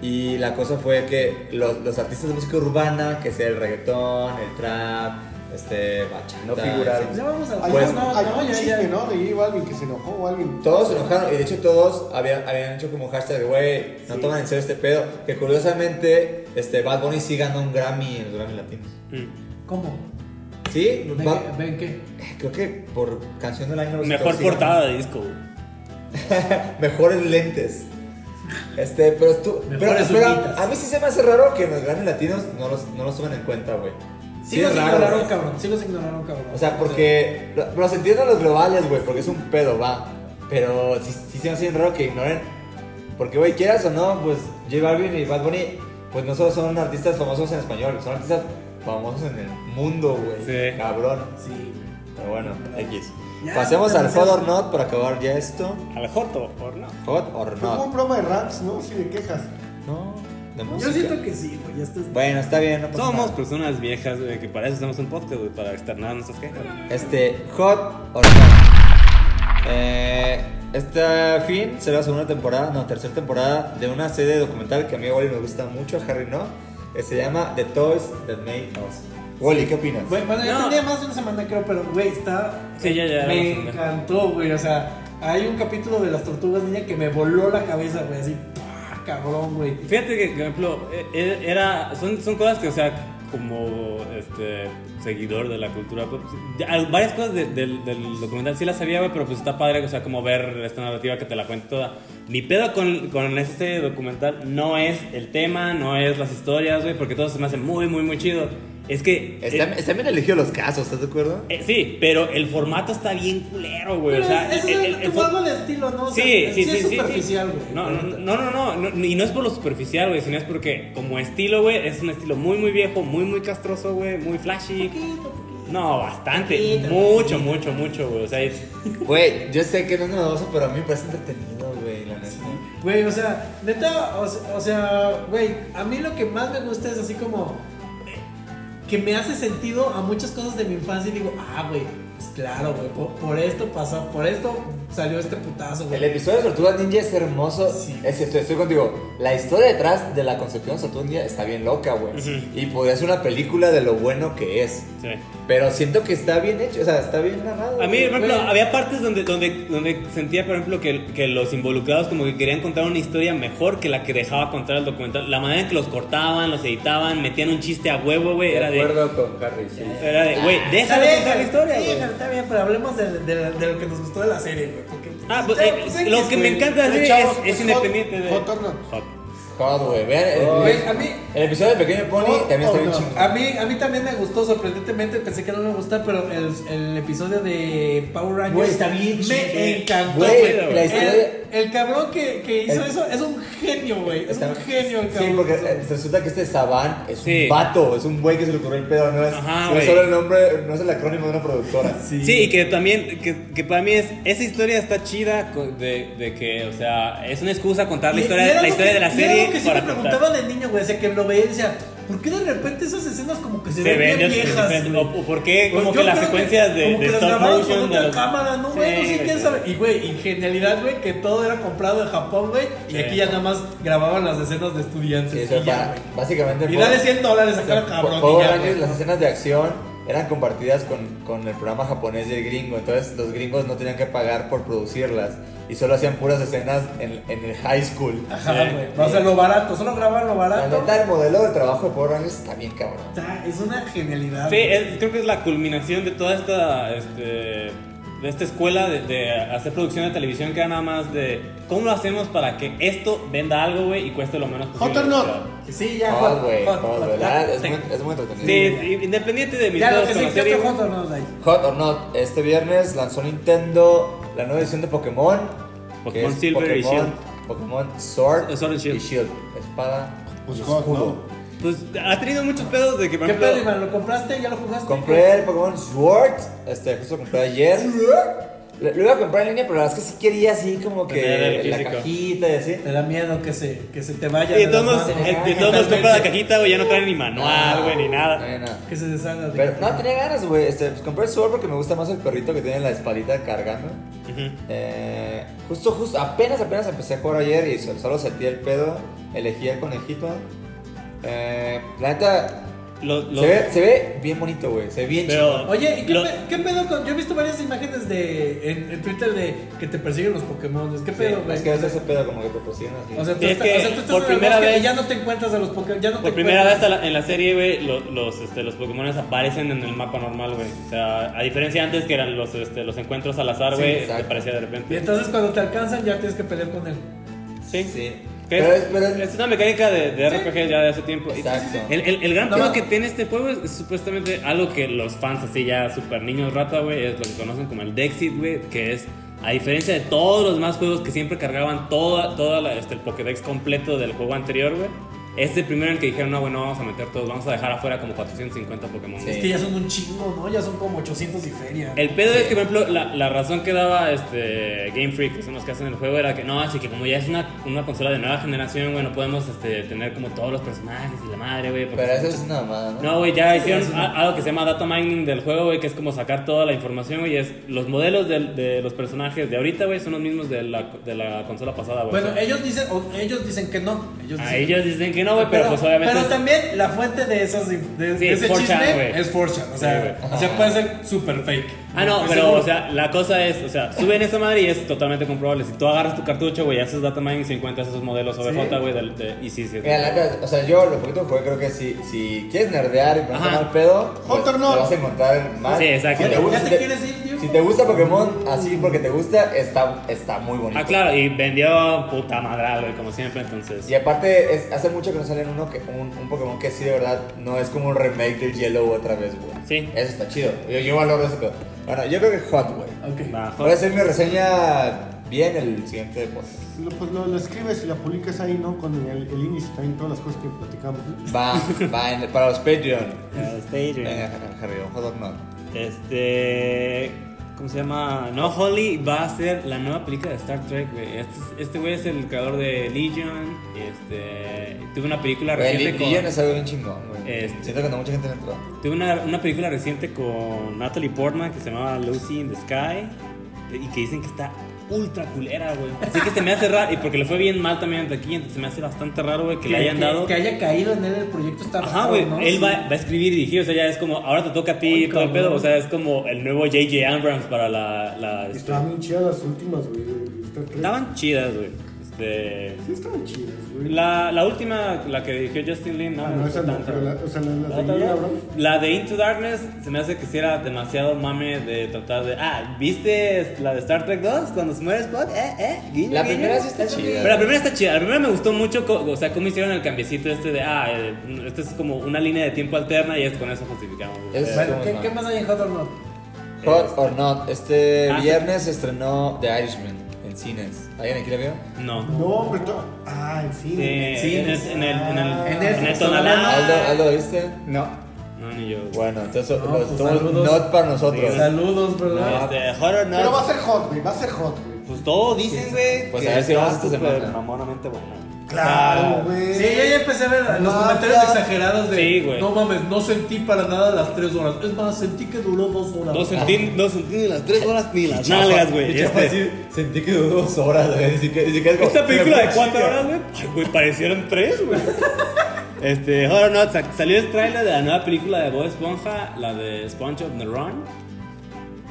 Y la cosa fue que los, los artistas de música urbana, que sea el reggaetón, el trap, este, bachata, No figuraron. etcétera, Ya vamos a. Hay, Pues, un, no, hay no, un ya, ya. chisme, ¿no? De J Balvin que se enojó o alguien. Todos se enojaron y de hecho todos habían, habían hecho como hashtag de, güey, no toman en serio este pedo. Que curiosamente, este, Bad Bunny sí ganó un Grammy en los Grammy Latinos. Mm. ¿Cómo? ¿Sí? ¿Ven, Bad- qué- ven qué? creo que por canción del año. no sé, pero Mejor sí ganó. portada de disco, güey. mejores lentes. Este, pero tú, pero, Mejores pero uñitas. a mí sí se me hace raro que los grandes latinos no los, no los tomen en cuenta, güey. Sí, Sí es los raro, ignoraron, güey. cabrón. Sí, los ignoraron, cabrón. O sea, porque lo- los entiendo a los globales, güey, porque es un pedo, va. Pero sí, sí se me hace bien raro que ignoren. Porque, güey, quieras o no, pues J Balvin y Bad Bunny, pues no solo son artistas famosos en español, son artistas famosos en el mundo, güey. Sí. Cabrón. Sí, güey. Pero bueno, X. Ya, Pasemos al Hot demasiado. or Not para acabar ya esto. A la Joto, por no. Hot or Fue como Not. un programa de raps, ¿no? Sí, de quejas. No, de música. Yo siento que sí, güey. Ya estás. Bueno, está bien, no pasa Somos nada. personas viejas, güey, que para eso estamos en podcast, güey, para externar nuestras quejas. Este, Hot or Not. Eh, este fin será la segunda temporada, no, tercera temporada de una serie documental que a mí igual y me gusta mucho, a Harry no. Eh, Se llama The Toys That Made Us. Wally, ¿qué opinas? Güey, bueno, ya No. tenía más de una semana, creo, pero, güey, está. Sí, ya, ya, Me vamos a ver. encantó, güey. O sea, hay un capítulo de las tortugas niña que me voló la cabeza, güey. Así, ¡pah! cabrón, güey. Fíjate que, por ejemplo, e- e- era, son, son cosas que, o sea, como este, seguidor de la cultura pop, ya, al- varias cosas de- del, del documental sí las sabía, güey, pero pues está padre, o sea, como ver esta narrativa que te la cuenta toda. Mi pedo con, con este documental no es el tema, no es las historias, güey, porque todo se me hace muy, muy, muy chido. Es que... eh, Está, está bien elegido los casos, ¿estás de acuerdo? eh, sí, pero el formato está bien culero, güey. Pues, O Pero sea, es, es, el- el, el- el fo- estilo, ¿no? O sea, Sí, sí, sí, es sí, sí. superficial, güey. No, no, no, no, no, no, y no es por lo superficial, güey, sino es porque como estilo, güey, es un estilo muy, muy viejo, muy, muy castroso, güey, muy flashy. No, bastante, mucho, mucho, mucho, güey. O sea, es- eh, Güey, yo sé que no es novedoso, pero a mí me parece entretenido, güey, la neta. Güey, o sea, neta, o, se- o sea, güey, a mí lo que más me gusta es así como eh, que me hace sentido a muchas cosas de mi infancia y digo, ah, güey, pues claro, güey, por, por esto pasó, por esto salió este putazo, El güey. episodio de Tortugas Ninja es hermoso. Sí. Es cierto, estoy contigo. La historia detrás de la concepción de Tortugas Ninja está bien loca, güey. Ujú. Y podría ser una película de lo bueno que es. sí. Pero siento que está bien hecho, o sea, está bien narrado. A mí, por güey. ejemplo, Güey. había partes donde, donde, donde sentía, por ejemplo, que, que los involucrados como que querían contar una historia mejor que la que dejaba contar el documental. La manera en que los cortaban, los editaban, metían un chiste a huevo, güey, era De de... acuerdo con Harry, sí. Era de, güey, Está déjale bien, contar la historia, sí, güey. pero está bien, pero hablemos de, de- de lo que nos gustó de la serie, güey. porque- Ah, pues, Está, eh, pues, X, lo que me güey. encanta Pero, hacer es, chavos, es pues, independiente hot- de. hot or not. Hot. Joder, güey, vean. el- Güey, a mí, El episodio de Pequeño Pony Oh, también está oh, bien no. chingón. A mí, a mí también me gustó, sorprendentemente, pensé que no me gustaba, pero el, el episodio de Power Rangers Güey, está bien chingón. me encantó. Güey, güey. la el, historia- el cabrón que, que hizo El- eso es un genio, güey. Es Está- un genio el cabrón. Sí, porque eh, resulta que este Saban es Sí. un vato, es un güey que se le ocurrió el pedo, no es, Ajá, no es güey. solo el nombre, no es el acrónimo de una productora. Sí. y que también, que, que para mí es, esa historia está chida co- de, de que, o sea, es una excusa contar la Y- historia, y era la algo historia que- de la y era serie algo que sí para me contar. preguntaba de niño, güey, o sea, que lo veía y decía, ¿por qué de repente esas escenas como que se, se ven ven bien de- viejas, de- güey? o, o por qué, Pues como yo que las creo secuencias de, como de que las stop grabaron motion. con de otra los- cámara, no, güey, no Sí, sé quién sí. sabe. Y güey, ingenialidad, güey, que todo era comprado en Japón, güey, y Sí. aquí ya nada más grababan las escenas de Sí, estudiantes. o sea, y para- ya, güey. básicamente. Y por- dale 100 dólares a cada por- cabrón. Power y ya, Rangers, güey. las escenas de acción eran compartidas con, con el programa japonés del gringo, entonces los gringos no tenían que pagar por producirlas y solo hacían puras escenas en, en el high school. Ajá, güey. O sea, lo barato, solo grababan lo La barato. neta, el modelo de trabajo de Power Rangers está bien cabrón. Está- Es una genialidad. Sí, güey. es- creo que es la culminación de toda esta, este, de esta escuela de, de hacer producción de televisión que era nada más de cómo lo hacemos para que esto venda algo, güey, y cueste lo menos posible. Hot or not. O sea, Sí, ya, Hot, hot, güey, hot, hot, hot, güey, la hot, verdad, es te- muy, es muy entretenido. Sí, independiente de mis Ya lo pedos que con sí, la ¿qué serie, otro güey. hot or not hay? Hot or Not, este viernes lanzó Nintendo la nueva edición de Pokémon. que Pokémon es Silver y Pokémon- Shield. Eh, Pokémon Sword, Sword and Shield. Espada. Pues y hot, escudo. ¿no? Pues ha tenido muchos pedos de que, por ¿Qué ejemplo, pedo, Iván? ¿Lo compraste? ¿Ya lo jugaste? Compré el Pokémon Sword, este, justo lo compré ayer. Lo, lo iba a comprar en línea, pero la verdad es que sí quería así como Tener que el la físico. cajita y así. Te da miedo que se, que se te vaya. Y de de todos modos, las manos. el- de todos modos compra la cajita, güey, ya no trae ni No, manual, güey, ni no nada. hay nada. Que se deshaga. de- Pero no, tenía ganas, güey. Este, pues, compré el Sword porque me gusta más el perrito que tiene la espadita cargando. Ujú. Eh, justo, justo, apenas, apenas empecé a jugar ayer y sol- solo sentí el pedo. Elegí el conejito. Eh, la neta, Los- los- se, ve, se ve bien bonito, güey. Se ve bien Pero- Oye, ¿y qué, Lo- pe- qué pedo con.? Yo he visto varias imágenes de, en, en Twitter de que te persiguen los Pokémon. chido. ¿Qué pedo, güey? es que a veces ese pedo como que te presiona así. O sea, tú, Es estás- que o sea, tú estás por en el primera bosque y vez- ya no te encuentras a los Pokémon. Ya no te Por primera vez encuentras. a la- en la serie, güey, lo- los, este, los Pokémon aparecen en el mapa normal, güey. O sea, a diferencia antes que eran los, este, los encuentros al azar, Sí, güey, te exacto. parecía de Y repente. entonces cuando te alcanzan ya tienes que pelear con él. Sí, Sí. Que Pero es, es- pero es- es una mecánica de, de RPG ya de hace tiempo. Exacto. El, el- el gran No, problema no. que tiene este juego es, supuestamente algo que los fans así ya super niños rata, güey, es lo que conocen como el Dexit, güey, que es a diferencia de todos los más juegos que siempre cargaban toda, toda la- este, el Pokédex completo del juego anterior, güey. Este el primero en el que dijeron, no, güey, no vamos a meter todos, vamos a dejar afuera como 450 Pokémon. Sí. Es que ya son un chingo, ¿no? Ya son como 800 y feria. El pedo es que, por ejemplo, la, la razón que daba este Game Freak, que son los que hacen el juego, era que no, así que como ya es una, una consola de nueva generación, güey, no podemos este, tener como todos los personajes y la madre, güey. porque Pero son eso es muchos- una mamada, ¿no? No, güey, ya hicieron a- algo que se llama data mining del juego, güey, que es como sacar toda la información, güey, y es los modelos del- de, los personajes de ahorita, güey, son los mismos de la, de la consola pasada, güey. Bueno, O sea, ellos dicen, o- ellos dicen que no. Ellos a dicen- ellos dicen que que no, güey, pero, pues obviamente. pero es- también la fuente de, esos, de, de Sí, ese 4chan, chisme güey. es 4chan. O sea, Sí, güey. o sea, puede ser super fake. Ah, no, Estoy pero, seguro. o sea, la cosa es, o sea, suben esa madre y es totalmente comprobable. Si tú agarras tu cartucho, güey, y haces data mining y encuentras esos modelos OBJ, güey, del- de- y sí, sí. es- Mira, la neta, o sea, yo lo poquito que jugué, creo que si, si quieres nerdear y ponerte Ajá. mal pedo, pues, Hot or not. te vas a encontrar mal. Sí, exacto. Si te, gusta- ¿Ya te quieres ir, tío? si te gusta Pokémon así porque te gusta, está, está muy bonito. Ah, claro, y vendió puta madral, güey, como siempre, entonces. Y aparte, es- hace mucho que no salen uno que, un, un Pokémon que sí, de verdad, no es como un remake del Yellow otra vez, güey. Sí. Eso está chido. Yo, yo valoro eso. pero- Bueno, yo creo que Hot, güey. Ok. Va, Voy a joder. hacer mi reseña bien el siguiente podcast. Lo, pues lo, lo escribes y la publicas ahí, ¿no? Con el, el índice también, todas las cosas que platicamos. ¿no? Va, va, en- para los Patreon. Este, Venga, Harry, un hot dog no. Este. ¿Cómo se llama? No, Holly va a ser la nueva película de Star Trek, güey. Este es- Este güey es el creador de Legion. Este. Tuve una película Güey, reciente con. Legion es algo bien chingón, güey. Este- Siento que no mucha gente le entró. Tuve una, una película reciente con Natalie Portman que se llamaba Lucy in the Sky y que dicen que está ultra culera, güey. Así que se me hace raro, y porque le fue bien mal también ante aquí, entonces se me hace bastante raro, güey, que, le hayan dado. que haya caído en él el proyecto está Ajá, raro, güey, ¿no? él Sí. va, va a escribir y dirigir, o sea, ya es como, ahora te toca a ti Ay, todo el pedo, cabrón. o sea, es como el nuevo J.J. Abrams para la... la- este, Estaban bien chidas las últimas, güey. de Star Trek. estaban chidas, güey. Este, Sí, estaban chidas, güey. la, la última, la que dirigió Justin Lin, no, Ah, me no, gustó esa no, tanto, pero güey. la, o sea, la, la, La de otra, Neil ¿no? Abrams. La de Into Darkness se me hace que si era demasiado mame de tratar de. Ah, ¿viste la de Star Trek 2? Cuando se muere Spock, eh, eh, guiño, La guiño. primera sí está chida. Pero la primera está chida. La primera me gustó mucho, co- o sea, cómo hicieron el cambiecito este de. Ah, eh, esto es como una línea de tiempo alterna y es con eso justificamos. güey. Es- Eh, Bueno, ¿qué, qué más hay en Hot or Not? Hot or not, este Ah, sí. viernes se estrenó The Irishman en cines. ¿Alguien aquí la vio? No. No, pero. to- Ah, en Sí, cine. en, el- en el. En Ah. el. En el Netflix, Tonalá. Aldo, Aldo, ¿lo viste? No. Ah. No, ni yo. güey. Bueno, entonces No, los pues, tomos saludos. not para nosotros. Sí, Saludos, ¿verdad? Este, horror Pero va a no. ser hot, güey. Va a ser hot, güey. Pues todo dicen, güey. Pues que a ver si está vamos esta súper semana. Mamonamente bueno. Claro, güey. Sí, yo ya empecé a ver los Mafia. comentarios exagerados de Sí, güey. No mames, no sentí para nada las tres horas. Es más, sentí que duró dos horas. No sentí, no sentí ni las tres horas ni las nalgas, güey. Yo Este, así sentí que duró dos horas, güey. Así que- así que es como- esta película de Pero- cuatro horas, güey, ay, güey, parecieron tres, güey. Este, ahora no, sa- salió el tráiler de la nueva película de Bob Esponja, la de Sponge of the Run.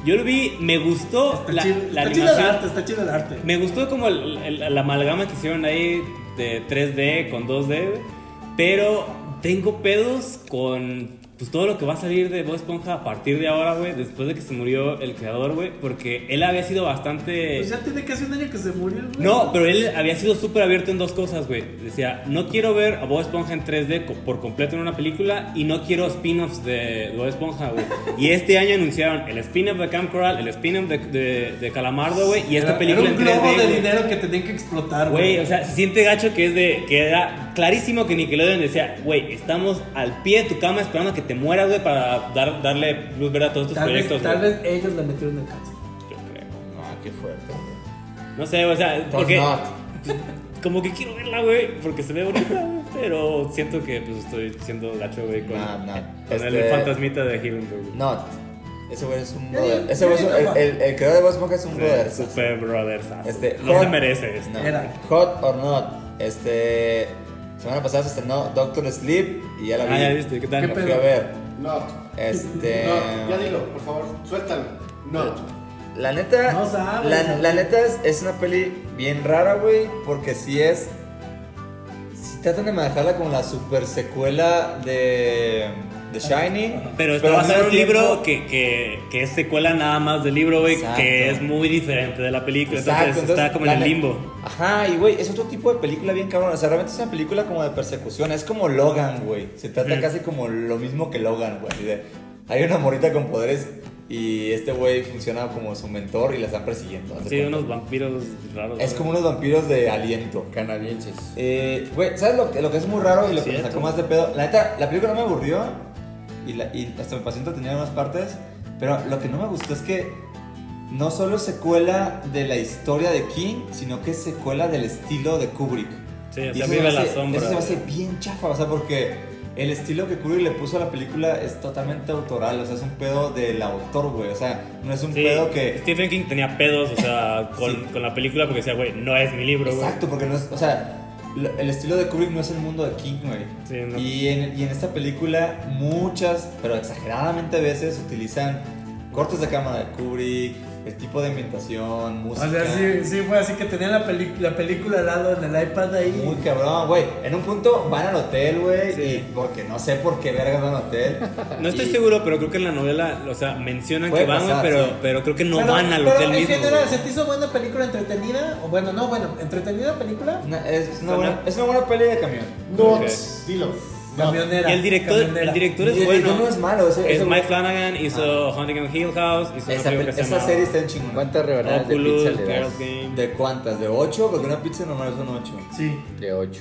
Yo lo vi, me gustó Está la, chido, la está chido el arte, animación. está chido el arte. Me gustó como el- el- la amalgama que hicieron ahí de 3D con 2D, güey. Pero tengo pedos con pues, todo lo que va a salir de Bob Esponja a partir de ahora, güey, después de que se murió el creador, güey, porque él había sido bastante... Pues ya tiene casi un año que se murió, el güey. No, pero él había sido súper abierto en dos cosas, güey. Decía, no quiero ver a Bob Esponja en 3D co- por completo en una película y no quiero spin-offs de Bob Esponja, güey. Y este año anunciaron el spin-off de Camp Coral, el spin-off de, de- de Calamardo, güey, y esta Era- película era un globo en 3D. de güey. dinero que tenían que explotar, Güey, o sea, se siente gacho que es de que era clarísimo que Nickelodeon decía, güey, estamos al pie de tu cama esperando a que te mueras, güey, para dar, darle luz verde a todos estos tal proyectos. vez, tal güey". vez ellos le metieron el cáncer. Yo creo. Ah, qué fuerte, güey. No sé, o sea, Hot porque not. Como que quiero verla, güey, porque se ve bonita, güey, pero siento que pues estoy siendo gacho, güey, con, Nah, nah. con el Este- fantasmita de Hillenburg. güey. Not. Ese güey es un Ya, brother. ya, Ese güey es ya, un- ya, ya. el, el, el creador de Boss Esponja es un brother. Sí, Super brothers. Este, no se hot- merece esto. No. Era. Hot or not. Este. Semana pasada se estrenó Doctor Sleep y ya la vi. Ah, ya viste, ¿qué tal? ¿Qué La pedo? fui a ver. Not. Este. Not. Ya dilo, por favor. Suéltalo. Not. La neta. No sabes, la, Javier. la neta es, es una peli bien rara, güey. Porque si es. Si tratan de manejarla como la super secuela de. The Shining. Pero esto va a al ser un mismo tiempo- libro que, que, que es secuela nada más del libro, güey, Exacto. que es muy diferente de la película, Exacto, entonces, entonces, está como en el la- limbo. Ajá, y güey, es otro tipo de película bien cabrón. O sea, realmente es una película como de persecución. Es como Logan, güey. Se trata casi como lo mismo que Logan, güey. así de, Hay una morita con poderes y este güey funciona como su mentor y la están persiguiendo. haz de Sí, cuenta. unos vampiros raros. Es güey. como unos vampiros de aliento. Canadienses. Eh, güey, ¿sabes lo, que- lo que es muy raro y lo que me sacó más de pedo? La neta, la película no me aburrió y, la- y hasta me pasé entretenida en unas partes, pero lo que no me gustó es que no solo es secuela de la historia de King, sino que es secuela del estilo de Kubrick. Sí, o Y sea, eso vive me la hace- sombra. Eso se me güey. hace bien chafa, o sea, porque el estilo que Kubrick le puso a la película es totalmente autoral, o sea, es un pedo del autor, güey, o sea, no es un Sí, pedo que... Stephen King tenía pedos, o sea, con, Sí. con la película porque decía, güey, no es mi libro, güey. Exacto, porque no es, o sea, lo- el estilo de Kubrick no es el mundo de King, güey. Sí, no. Y, en, y en esta película muchas, pero exageradamente veces utilizan cortes de cámara de Kubrick, el tipo de ambientación, Pues música. O sea, sí, sí fue así que tenía la, peli- la película al lado en el iPad ahí. Muy cabrón, güey. En un punto van al hotel, güey. y Porque no sé por qué verga van al hotel. No estoy Y- seguro, pero creo que en la novela, o sea, mencionan Puede que van, güey, pasar, pero, sí. pero creo que no Pero- van al pero hotel en mismo. general, güey. ¿se te hizo buena película entretenida? O bueno, no, bueno, entretenida película. Una- es, una buena, es una buena peli de camión. No, Ok. tss, dilo. No. Camionera. Y el director, camionera. el director es Y el bueno. director no es malo, ese- es ese- Mike Flanagan, hizo Huntington Hill House, hizo una Ah. Esa, película peli- que se esa llama serie está en chingón. ¿Cuántas rebanadas de Oculus, pizza le Girls das? Game. ¿De cuántas? ¿De 8? Porque una pizza normal son 8. Sí, De 8.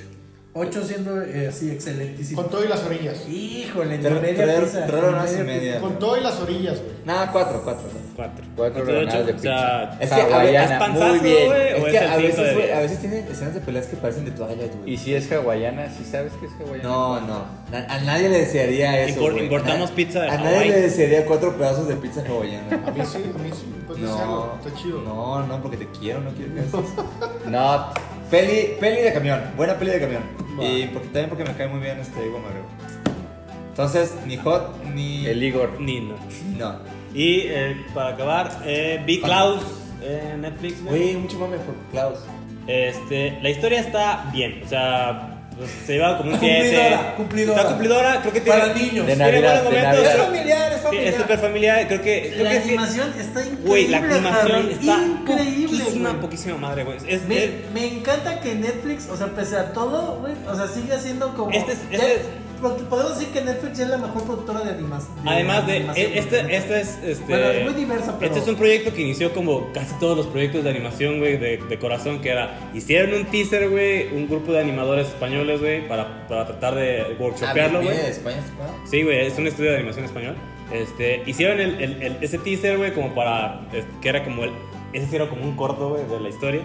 8 siendo eh, así excelentísimo. Con todo y las orillas. Híjole, ni Tres- media tres- pizza, tres ni horas y media media. Con todo y las orillas, güey. Nada, 4, 4. Cuatro. Cuatro Entonces, rebanadas de ocho, O sea, pizza. Es que a Hawaiana, ¿es panzazo, muy bien. güey? Es ¿O que es el a cinco de veces, güey, diez? a veces tienen escenas de peleas que parecen de Twilight, güey. Y si es hawaiana, si sabes que es hawaiana. No, no. na- a nadie le desearía eso. Impor- güey. importamos Na- pizza de A Hawái. nadie le desearía cuatro pedazos de pizza A hawaiana. mí sí, a mí sí. Pues no, sé algo, No, está chido. No, no, porque te quiero, no quiero que hagas eso. No. Peli, peli de camión, buena peli de camión. Y porque, también porque me cae muy bien este Igor Magrego. Entonces, ni Hot, ni. El Igor. Ni no. No. Y eh, para acabar, eh, vi Klaus eh, Netflix, güey. Güey, mucho mame por Klaus. Este, la historia está bien, o sea, pues, se lleva como un Cumplidora, 7. cumplidora. Está cumplidora, creo que tiene. Para niños. De tiene buenos Navidad, de momentos, Navidad. pero- Es familiar, es Sí, familiar. es súper familiar, creo que. Creo La que sí. animación está increíble. Güey, la animación Harry, está increíble. poquísima, güey. poquísima madre, güey. Es, es- Me, me encanta que Netflix, o sea, pese a todo, güey, o sea, sigue siendo como. Este es- ya- este es- lo que podemos decir que Netflix ya es la mejor productora de animación. Además de, e- este, este es, este, Bueno, es muy diverso, pero- este es un proyecto que inició como casi todos los proyectos de animación, güey, de, de corazón, que era, hicieron un teaser, güey, un grupo de animadores españoles, güey, para, para tratar de workshopearlo, güey. viene de España, España. Sí, güey, es un estudio de animación español. Este, hicieron el, el- el- ese teaser, güey, como para, es- que era como el, ese sí era como un corto, güey, de la historia.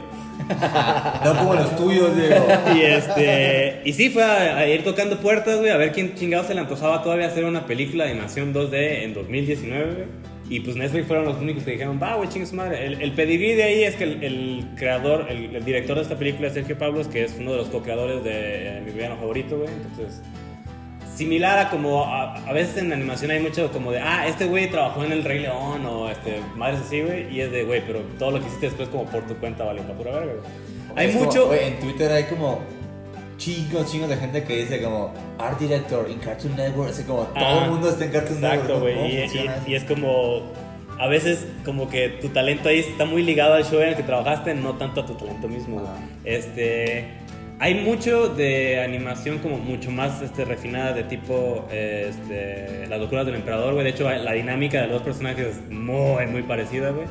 No como los tuyos, Diego. Y este. Y sí, fue a, a ir tocando puertas, güey, a ver quién chingado se le antojaba todavía hacer una película de animación 2D en 2019, güey. Y pues Netflix fueron los únicos que dijeron, va, güey, chingue su madre. El, el pedigrí de ahí es que el, el creador, el, el director de esta película es Sergio Pablos, que es uno de los co-creadores de eh, mi villano favorito, güey. Entonces. Similar a como a, a veces en animación hay mucho como de, ah, este güey trabajó en El Rey León o este, madres así, güey. Y es de, güey, pero todo lo que hiciste después como por tu cuenta vale para pura verga, güey. Hay Es como, mucho... güey, en Twitter hay como chingos, chingos de gente que dice como Art Director en Cartoon Network. Así como todo Ah, el mundo está en Cartoon Exacto, Network. ¿Cómo güey. Y, funciona eso? y- y es como. A veces, como que tu talento ahí está muy ligado al show en el que trabajaste, no tanto a tu talento mismo. güey. Ah. Este. Hay mucho de animación como mucho más este, refinada de tipo eh, este, Las locuras del emperador, güey. De hecho, la dinámica de los personajes es muy, muy parecida, güey.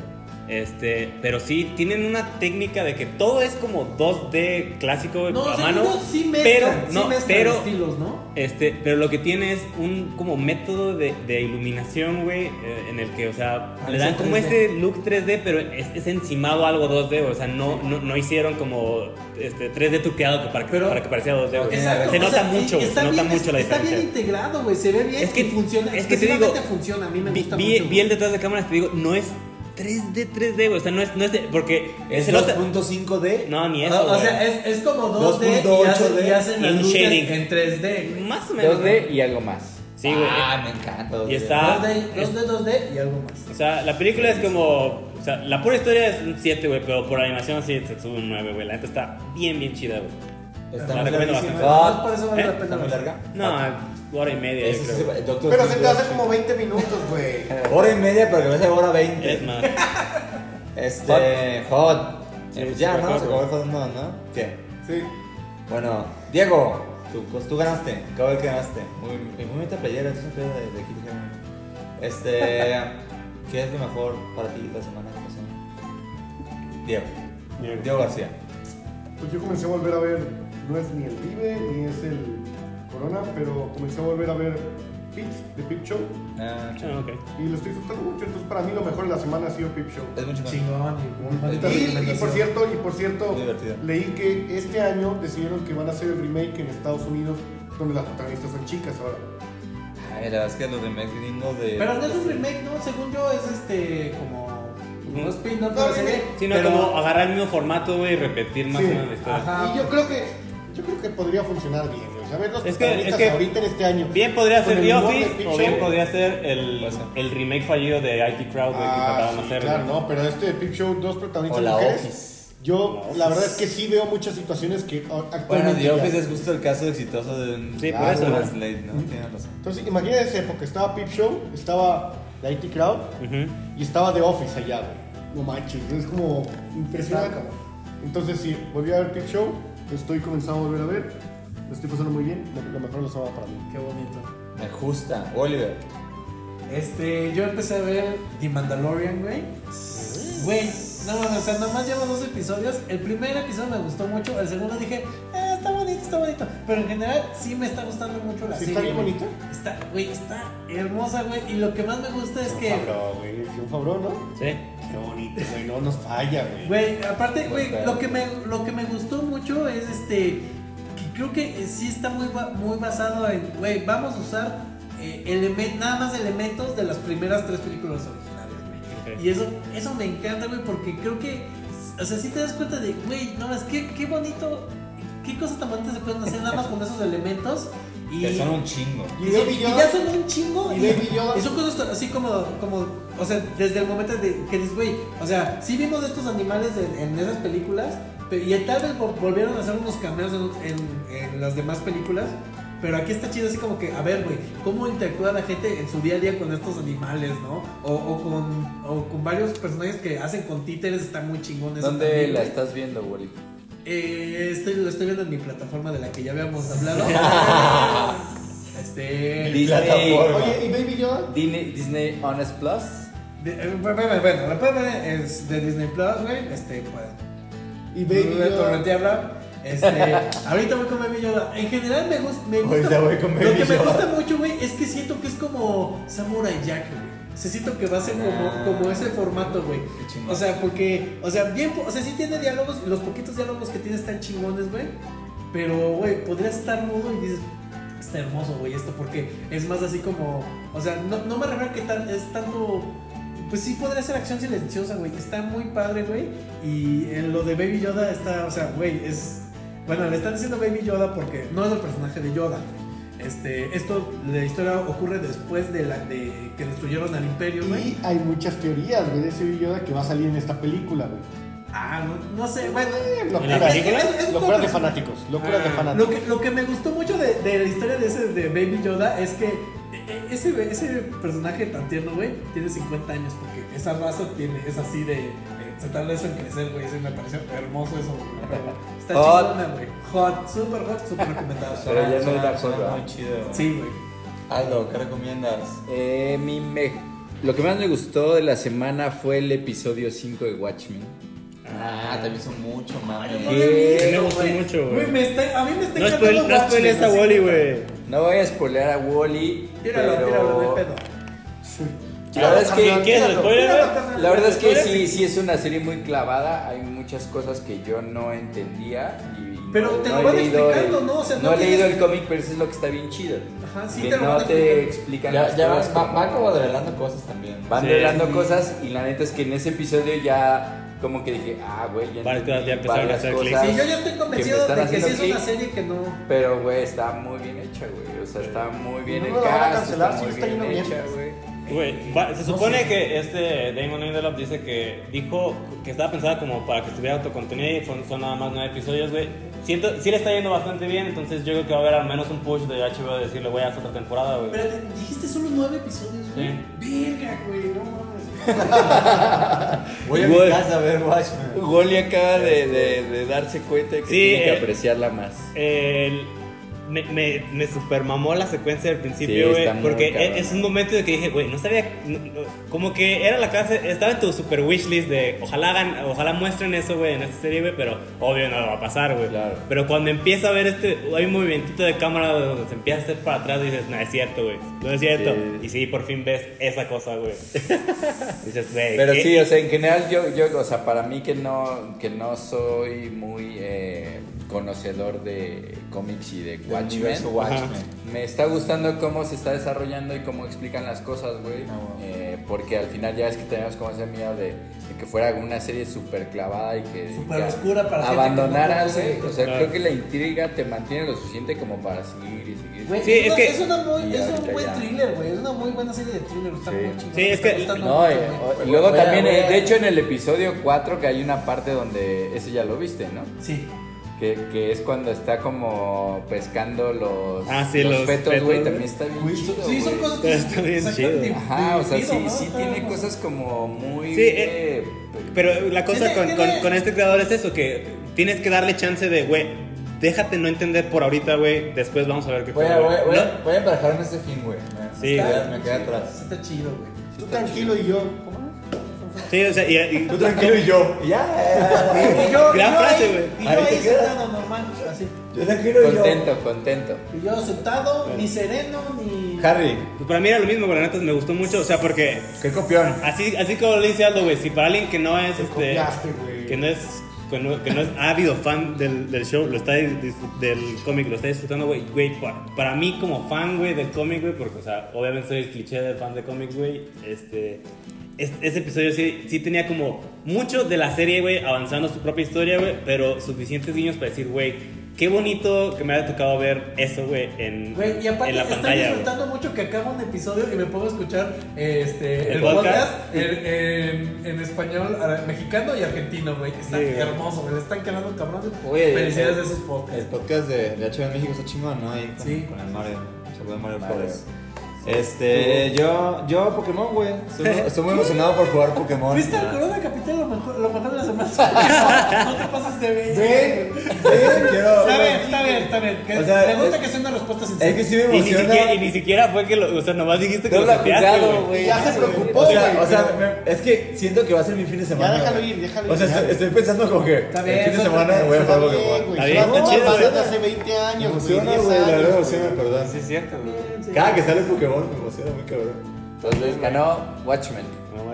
Este, pero sí, tienen una técnica de que todo es como 2D clásico, güey, No, a o sea, mano. no, sí mezclan, pero, sí no, mezclan pero estilos, ¿no? este, pero lo que tiene es un como método de, de iluminación, güey, eh, en el que, o sea, Ah, le dan como ese look 3D, pero es, es encimado a algo 2D, o sea, no, no, no hicieron como este, 3D tuqueado que para, que- Pero- para que pareciera 2D, güey. Exacto, Se o nota sea, y- mucho, güey, está se nota bien- mucho la Está diferencia. bien integrado, güey, se ve bien Es que- y funciona. es que te digo, expresivamente funciona, a mí me Vi, gusta vi- mucho. vi el güey. detrás de cámaras, te digo, no es 3D, 3D, güey, o sea, no es, no es de- porque Es se nota- 2.5D. No, ni eso, O, o güey. sea, es, es como 2D y 2.8D. hacen, y hacen las Y un luces shading. en 3D. güey. más o menos. 2D güey. y algo más. Sí, güey. Ah, me encanta. Y güey. está- Ah, 2D, es- 2D, 2D y algo más. O sea, la película es como. O sea, la pura historia es un 7, güey, pero por animación sí se sube un 9, güey. La neta está bien, bien chida, güey. Está La muy recomiendo larguísima. bastante. Además, por eso vale Ah, ¿eh? la pena Está muy verla. larga. No, hora y media, yo Eso sí, creo. el Doctor Pero se Sleep te hace Doctor. como 20 minutos, güey. Hora y media, pero que no sea hora 20. Es más. Este. Hot. Sí, Eh, ya, super ¿no? hot, Se güey. acabó el hot, no, ¿no? ¿Qué? Sí. Bueno, Diego, tú, pues, tú ganaste. Acabo de que ganaste. Muy, muy bonita playera, es una playera de, de Kit Harington. Este. ¿Qué es lo mejor para ti la semana que pasó? Diego. Diego. Diego García. Pues yo comencé a volver a ver, no es ni el Vive ni es el Corona, pero comencé a volver a ver Pips de Pip Show Ah, ch- Ah, ok. y lo estoy disfrutando mucho. Entonces, para mí lo mejor de la semana ha sido Pip Show. es mucho más. Chingón y muy buena Y, y por recomendación. cierto, y por cierto, Muy divertido. leí que este año decidieron que van a hacer el remake en Estados Unidos, donde las protagonistas son chicas ahora. Ay, la verdad es que los remakes gringos de. Pero no es un remake, ¿no? Según yo es este como un spin-off de No, la serie. remake. Sino pero- como agarrar el mismo formato, güey, y repetir más Sí. o menos la historia. Ajá. Y yo creo que Yo creo que podría funcionar bien, güey. O sea, a ver, los Ah, Es que- protagonistas es que- ahorita en este año. Bien podría Con ser el The humor de Office Peep o bien Show. podría ser el, el remake fallido de IT Crowd güey, que Ah, trataban de sí, hacer. claro, güey. no, pero este de Peep Show, dos protagonistas O la mujeres. Office. Yo, La la Office. verdad es que sí veo muchas situaciones que ah, actualmente. Bueno, The ya- Office es justo el caso exitoso de un Sí, por Ah, eso, de ¿no? las late, ¿no? Tienes razón. Entonces, imagínate esa época. Estaba Peep Show, estaba la IT Crowd Ujú. y estaba The Office allá, güey. No manches, es como impresionante. Entonces, sí, volví a ver Peep Show. Estoy comenzando a volver a ver. Lo estoy pasando muy bien. Lo, lo mejor lo estaba para mí. Qué bonito. Me gusta. Oliver. Este, yo empecé a ver The Mandalorian, güey. Güey, no, o sea, nomás llevo dos episodios. El primer episodio me gustó mucho, el segundo dije, "Ah, está bonito, está bonito. Pero en general sí me está gustando mucho la ¿Sí serie. está bien güey. bonito? Está, güey, está hermosa, güey. Y lo que más me gusta es que, Fabró, güey. Es un Fabró, ¿no? Sí. Qué bonito, güey. No nos falla, güey. güey, aparte, güey, Bueno, lo que me, lo que me gustó mucho es este, que creo que eh, sí está muy, ba- muy basado en, güey, vamos a usar eh, elemen- nada más elementos de las primeras tres películas originales, güey. Y eso, eso me encanta, güey, porque creo que, o sea, si te das cuenta de, güey, no, es que qué bonito, qué cosas tan bonitas se pueden hacer nada más con esos elementos. Y, Que son un chingo. Y y Baby son- y Yoda- ya son un chingo. y Baby Yoda- y son cosas tan- así como, como, o sea, desde el momento de, que dices, güey, o sea, sí vimos estos animales en, en esas películas, pero, y tal vez vol- volvieron a hacer unos cameos en, en- en las demás películas. Pero aquí está chido así como que, a ver, güey, ¿cómo interactúa la gente en su día a día con estos animales, no? O, o con, o con varios personajes que hacen con títeres, está muy chingón eso ¿Dónde también, la güey. estás viendo, güey? Eh, estoy, lo estoy viendo en mi plataforma de la que ya habíamos hablado. este... Oye, ¿y Baby Yoda? Disney, Disney Honest Plus. De- eh, bueno, bueno, bueno, la pueden ver es de Disney Plus, güey. Este, pues. ¿Y Baby Baby Yoda? Este, ahorita voy con Baby Yoda. En general me, gust- me gusta. Ahorita Pues voy con lo Baby que me Yoda. gusta mucho, güey, es que siento que es como Samurai Jack, güey. Se siento que va a ser Ah. como, como ese formato, güey. chingón. O sea, porque, o sea, bien, po- o sea, sí tiene diálogos y los poquitos diálogos que tiene están chingones, güey. Pero, güey, podría estar mudo y dices, está hermoso, güey, esto, porque es más así como, o sea, no, no me refiero a que tan, es tanto, pues sí podría ser acción silenciosa, güey, está muy padre, güey, y en lo de Baby Yoda está, o sea, güey, es, bueno, le están diciendo Baby Yoda porque no es el personaje de Yoda, güey. este, esto, la historia ocurre después de la, de que destruyeron al imperio, güey. Y hay muchas teorías, güey, de ese Baby Yoda que va a salir en esta película, güey. Ah, no, no sé, bueno, Locuras, película? Es- es- locuras de fanáticos, locuras de Ah. Eh, Lo fanáticos. que, lo que me gustó mucho de, de la historia de ese de Baby Yoda es que e- e- ese, ese personaje tan tierno, güey, tiene 50 años porque esa raza tiene, es así de. eh, se tarda eso en crecer, güey. Sí, me pareció hermoso eso, güey. Pero Está Hot. chingona, güey. Hot, súper hot, súper recomendado. Pero ya no Suena- es la suena cola. Muy chido. Sí, güey. Aldo, Ah, ¿qué recomiendas? Eh, mi me- Lo que más me gustó de la semana fue el episodio 5 de Watchmen. Ah, también son mucho mames. ¿Qué? Me gustó mucho, Güey, güey. me está, a mí me está No spoil- no spoilees a así. Wally, güey. No voy a spoilear a Wally. Tíralo, pero... tíralo, no hay pedo. La verdad es que. ¿Quieres el spoiler, güey? La verdad es que ¿Spoiler? sí, sí es una serie muy clavada. Hay muchas cosas que yo no entendía. y no- Pero te no lo he van leído explicando, el- ¿no? O sea, no no he leído tienes- el cómic, pero eso es lo que está bien chido. Ajá, sí que te lo no van te explicando. explican Ya, las ya cosas van, como- van como revelando cosas también. Van Sí. revelando cosas y la neta es que en ese episodio ya como que dije, ah, güey, ya Varias entendí cosas ya empezaron a varias hacer clic. cosas Sí, yo ya estoy que convencido me de están que sí es haciendo una clic, serie que no. Pero, güey, está muy bien hecha, güey. O sea, está muy bien No el la van a cast, cancelar, está sí muy está bien yendo bien. hecha, güey. Güey, va- se supone que este Damon Lindelof dice que dijo que estaba pensada como para que estuviera autocontenida y son, son nada más nueve episodios, güey. Siento, sí le está yendo bastante bien, entonces yo creo que va a haber al menos un push de HBO de decirle, güey, haz otra temporada, güey. Espérate, dijiste solo nueve episodios, güey. Verga, güey, no mames. Voy a mi Güey. casa a ver Watchmen. Wally acaba de, de- de darse cuenta que Sí, tiene que eh, apreciarla más. El- me, me, me supermamó la secuencia del principio, Sí, güey. está muy porque cabrón. e- es un momento de que dije, güey, no sabía. no- no- como que era la clase. Estaba en tu super wishlist de ojalá, hagan- ojalá muestren eso, güey, en esta serie, güey. Pero obvio no va a pasar, güey. Claro. Pero cuando empieza a ver este. Hay un movimiento de cámara donde se empieza a hacer para atrás y dices, no es cierto, güey. No es cierto. Sí. Y sí, por fin ves esa cosa, güey. dices, güey. Pero ¿qué? sí, o sea, en general yo, yo o sea, para mí que no, que no soy muy eh, conocedor de cómics y de Del Watchmen. universo Watchmen. Me está gustando cómo se está desarrollando y cómo explican las cosas, güey. Ah, bueno. Eh, porque al final ya es que teníamos como ese miedo de, de que fuera una serie súper clavada y que Súper ya oscura para gente que no abandonara, conoce. güey. O sea, Claro. creo que la intriga te mantiene lo suficiente como para seguir y seguir. Güey, Sí, es, es una- que- es una muy- Y es un ahorita buen ya. thriller, güey. Es una muy buena serie de thriller. Está Sí. muy chingón. Sí, me es está que- gustando No, eh, mucho, y, güey. y luego Voy a- también, eh, voy a- de hecho en el episodio 4 que hay una parte donde, ese ya lo viste, ¿no? Sí. Que, que es cuando está como pescando los, Ah, sí, los fetos, fetos, güey, güey. también está bien Güey, chido, sí, son güey. cosas que Está bien sacan chido. de- Ajá, o sea, divertido, sí, ¿no? sí Está- tiene cosas como muy... Sí, eh, de- Pero la cosa Tiene- con, con- tiene- con este creador es eso, que tienes que darle chance de, güey, déjate no entender por ahorita, güey, después vamos a ver qué Voy a, pedo, voy, güey". a- voy, No, a- voy a embarcarme ese fin, güey. Me- Sí, me- güey. Me quedé atrás. Está chido, güey. Tú tranquilo y yo. Sí, o sea, y, pues, y- Tú tranquilo y yo. Y ya. eh, Y yo, Gran y yo frase, ahí- güey. Y yo Ahí te ahí quedas. sentado normal, así. Yo tranquilo y yo. Contento, contento. Y yo sentado, ni sereno, ni. Harry, pues para mí era lo mismo, güey, la neta me gustó mucho, o sea, porque qué copión. así, así como le dice Aldo, güey, si para alguien que no es, este, copiaste, güey. que no es, que no, que no es ávido fan del, del show, lo está dis- del cómic, lo está disfrutando, güey, güey, pa- para, mí como fan, güey, del cómic, güey, porque, o sea, obviamente soy el cliché del fan de cómics, güey, este, es- ese episodio sí, sí tenía como mucho de la serie, güey, avanzando su propia historia, güey, pero suficientes guiños para decir, güey, qué bonito que me haya tocado ver eso, güey, en, Güey, y aparte en la estoy pantalla, güey. disfrutando mucho que acaba un episodio y me pongo a escuchar este, El el podcast, podcast. en, en- en español ara- mexicano y argentino, güey. que Está Sí, güey. hermoso, güey. le Están quedando cabrones. Oye, Felicidades eh, de esos El podcasts. podcast de, de HBO en México está chingón, ¿no? Ahí con, Sí. con el Mario. Saludos a Mario Mario. Flores. Este, yo, yo Pokémon, güey. Estoy, muy- estoy muy emocionado por jugar Pokémon. ¿Viste el Corona Capital lo mejor, lo mejor de la semana? no te pasas de ver. Ven, ven, quiero. Está bien, está bien, está bien. Que- O sea, me gusta es- que sea una respuesta sincera. Es que sí me Y ni, emociona. siquiera, y ni siquiera fue que lo, o sea, nomás dijiste que No lo lo ha copiaste, jugado, güey. Y ya se preocupó, O güey. sea, o sea, pero- me- es que siento que va a ser mi fin de semana. déjalo güey. ir, déjalo O sea, ir, estoy, ya. estoy pensando como que Está el bien, fin de no te semana voy a Está jugar bien, Pokémon. güey. Está bien, Se va está chido, a güey. hace 20 Me años, emociona, 10 güey, la años, verdad, güey. emociona, perdón. Sí, es cierto, güey. Cada que sale Pokémon me emociona muy cabrón. Entonces ganó Watchmen.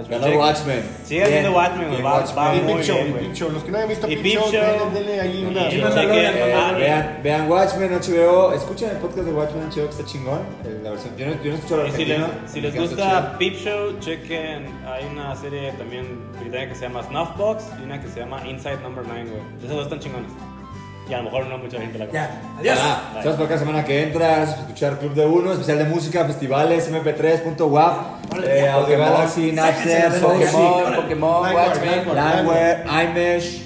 Ganó Watchmen. Sigue haciendo Watchmen, güey. Bien, Va, Watchmen. va El muy Big Show, bien, el güey. Big Show. Los que no hayan visto Y Big, Big Show, Show. denle, denle ahí una. Y Chequen, Chequen, eh, ah, Vean, vean Watchmen HBO, escuchen el podcast de Watchmen HBO que está chingón. eh, La versión, yo no, yo no escucho la Y si, argentina. le- si les que no está gusta Peep Show, chequen. Hay una serie también británica que se llama Snuffbox y una que se llama Inside Number 9, güey. Esas dos están chingones. Y a lo mejor no mucha gente la conoce. Ya, chida. adiós. Ah, Bye. ¿Sabes por qué la semana que entra? Vas a Escuchar Club de Uno, especial de música, festivales, mp3.wap, eh, Audio Galaxy, Napster, Pokémon, Pokémon, Pokémon, Nightmare, Nightmare. Watchmen. Landware, iMesh.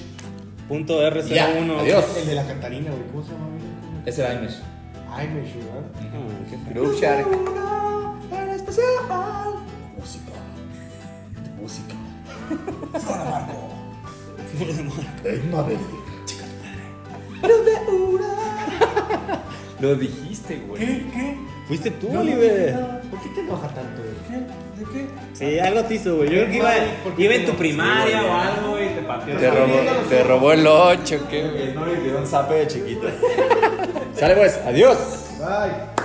Punto R01. Ya, adiós. El de la Catarina, güey. ¿Cómo se llama? güey? Es el Imesh. Ay, me ayudaron. Groove Shark. Lo dijiste, güey. ¿Qué? ¿Qué? Fuiste tú, No, Oliver. no, no. ¿Por qué te enoja tanto, güey? ¿Qué? ¿De qué? Sí, algo te hizo, güey. Yo creo que iba, ¿Por qué iba te en tu enojas? primaria o algo, güey, y te pateó. Te robó, te robó el 8, ¿qué, güey? El novio le dio un zape de chiquito. Sale pues, adiós. Bye.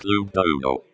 Cluedo.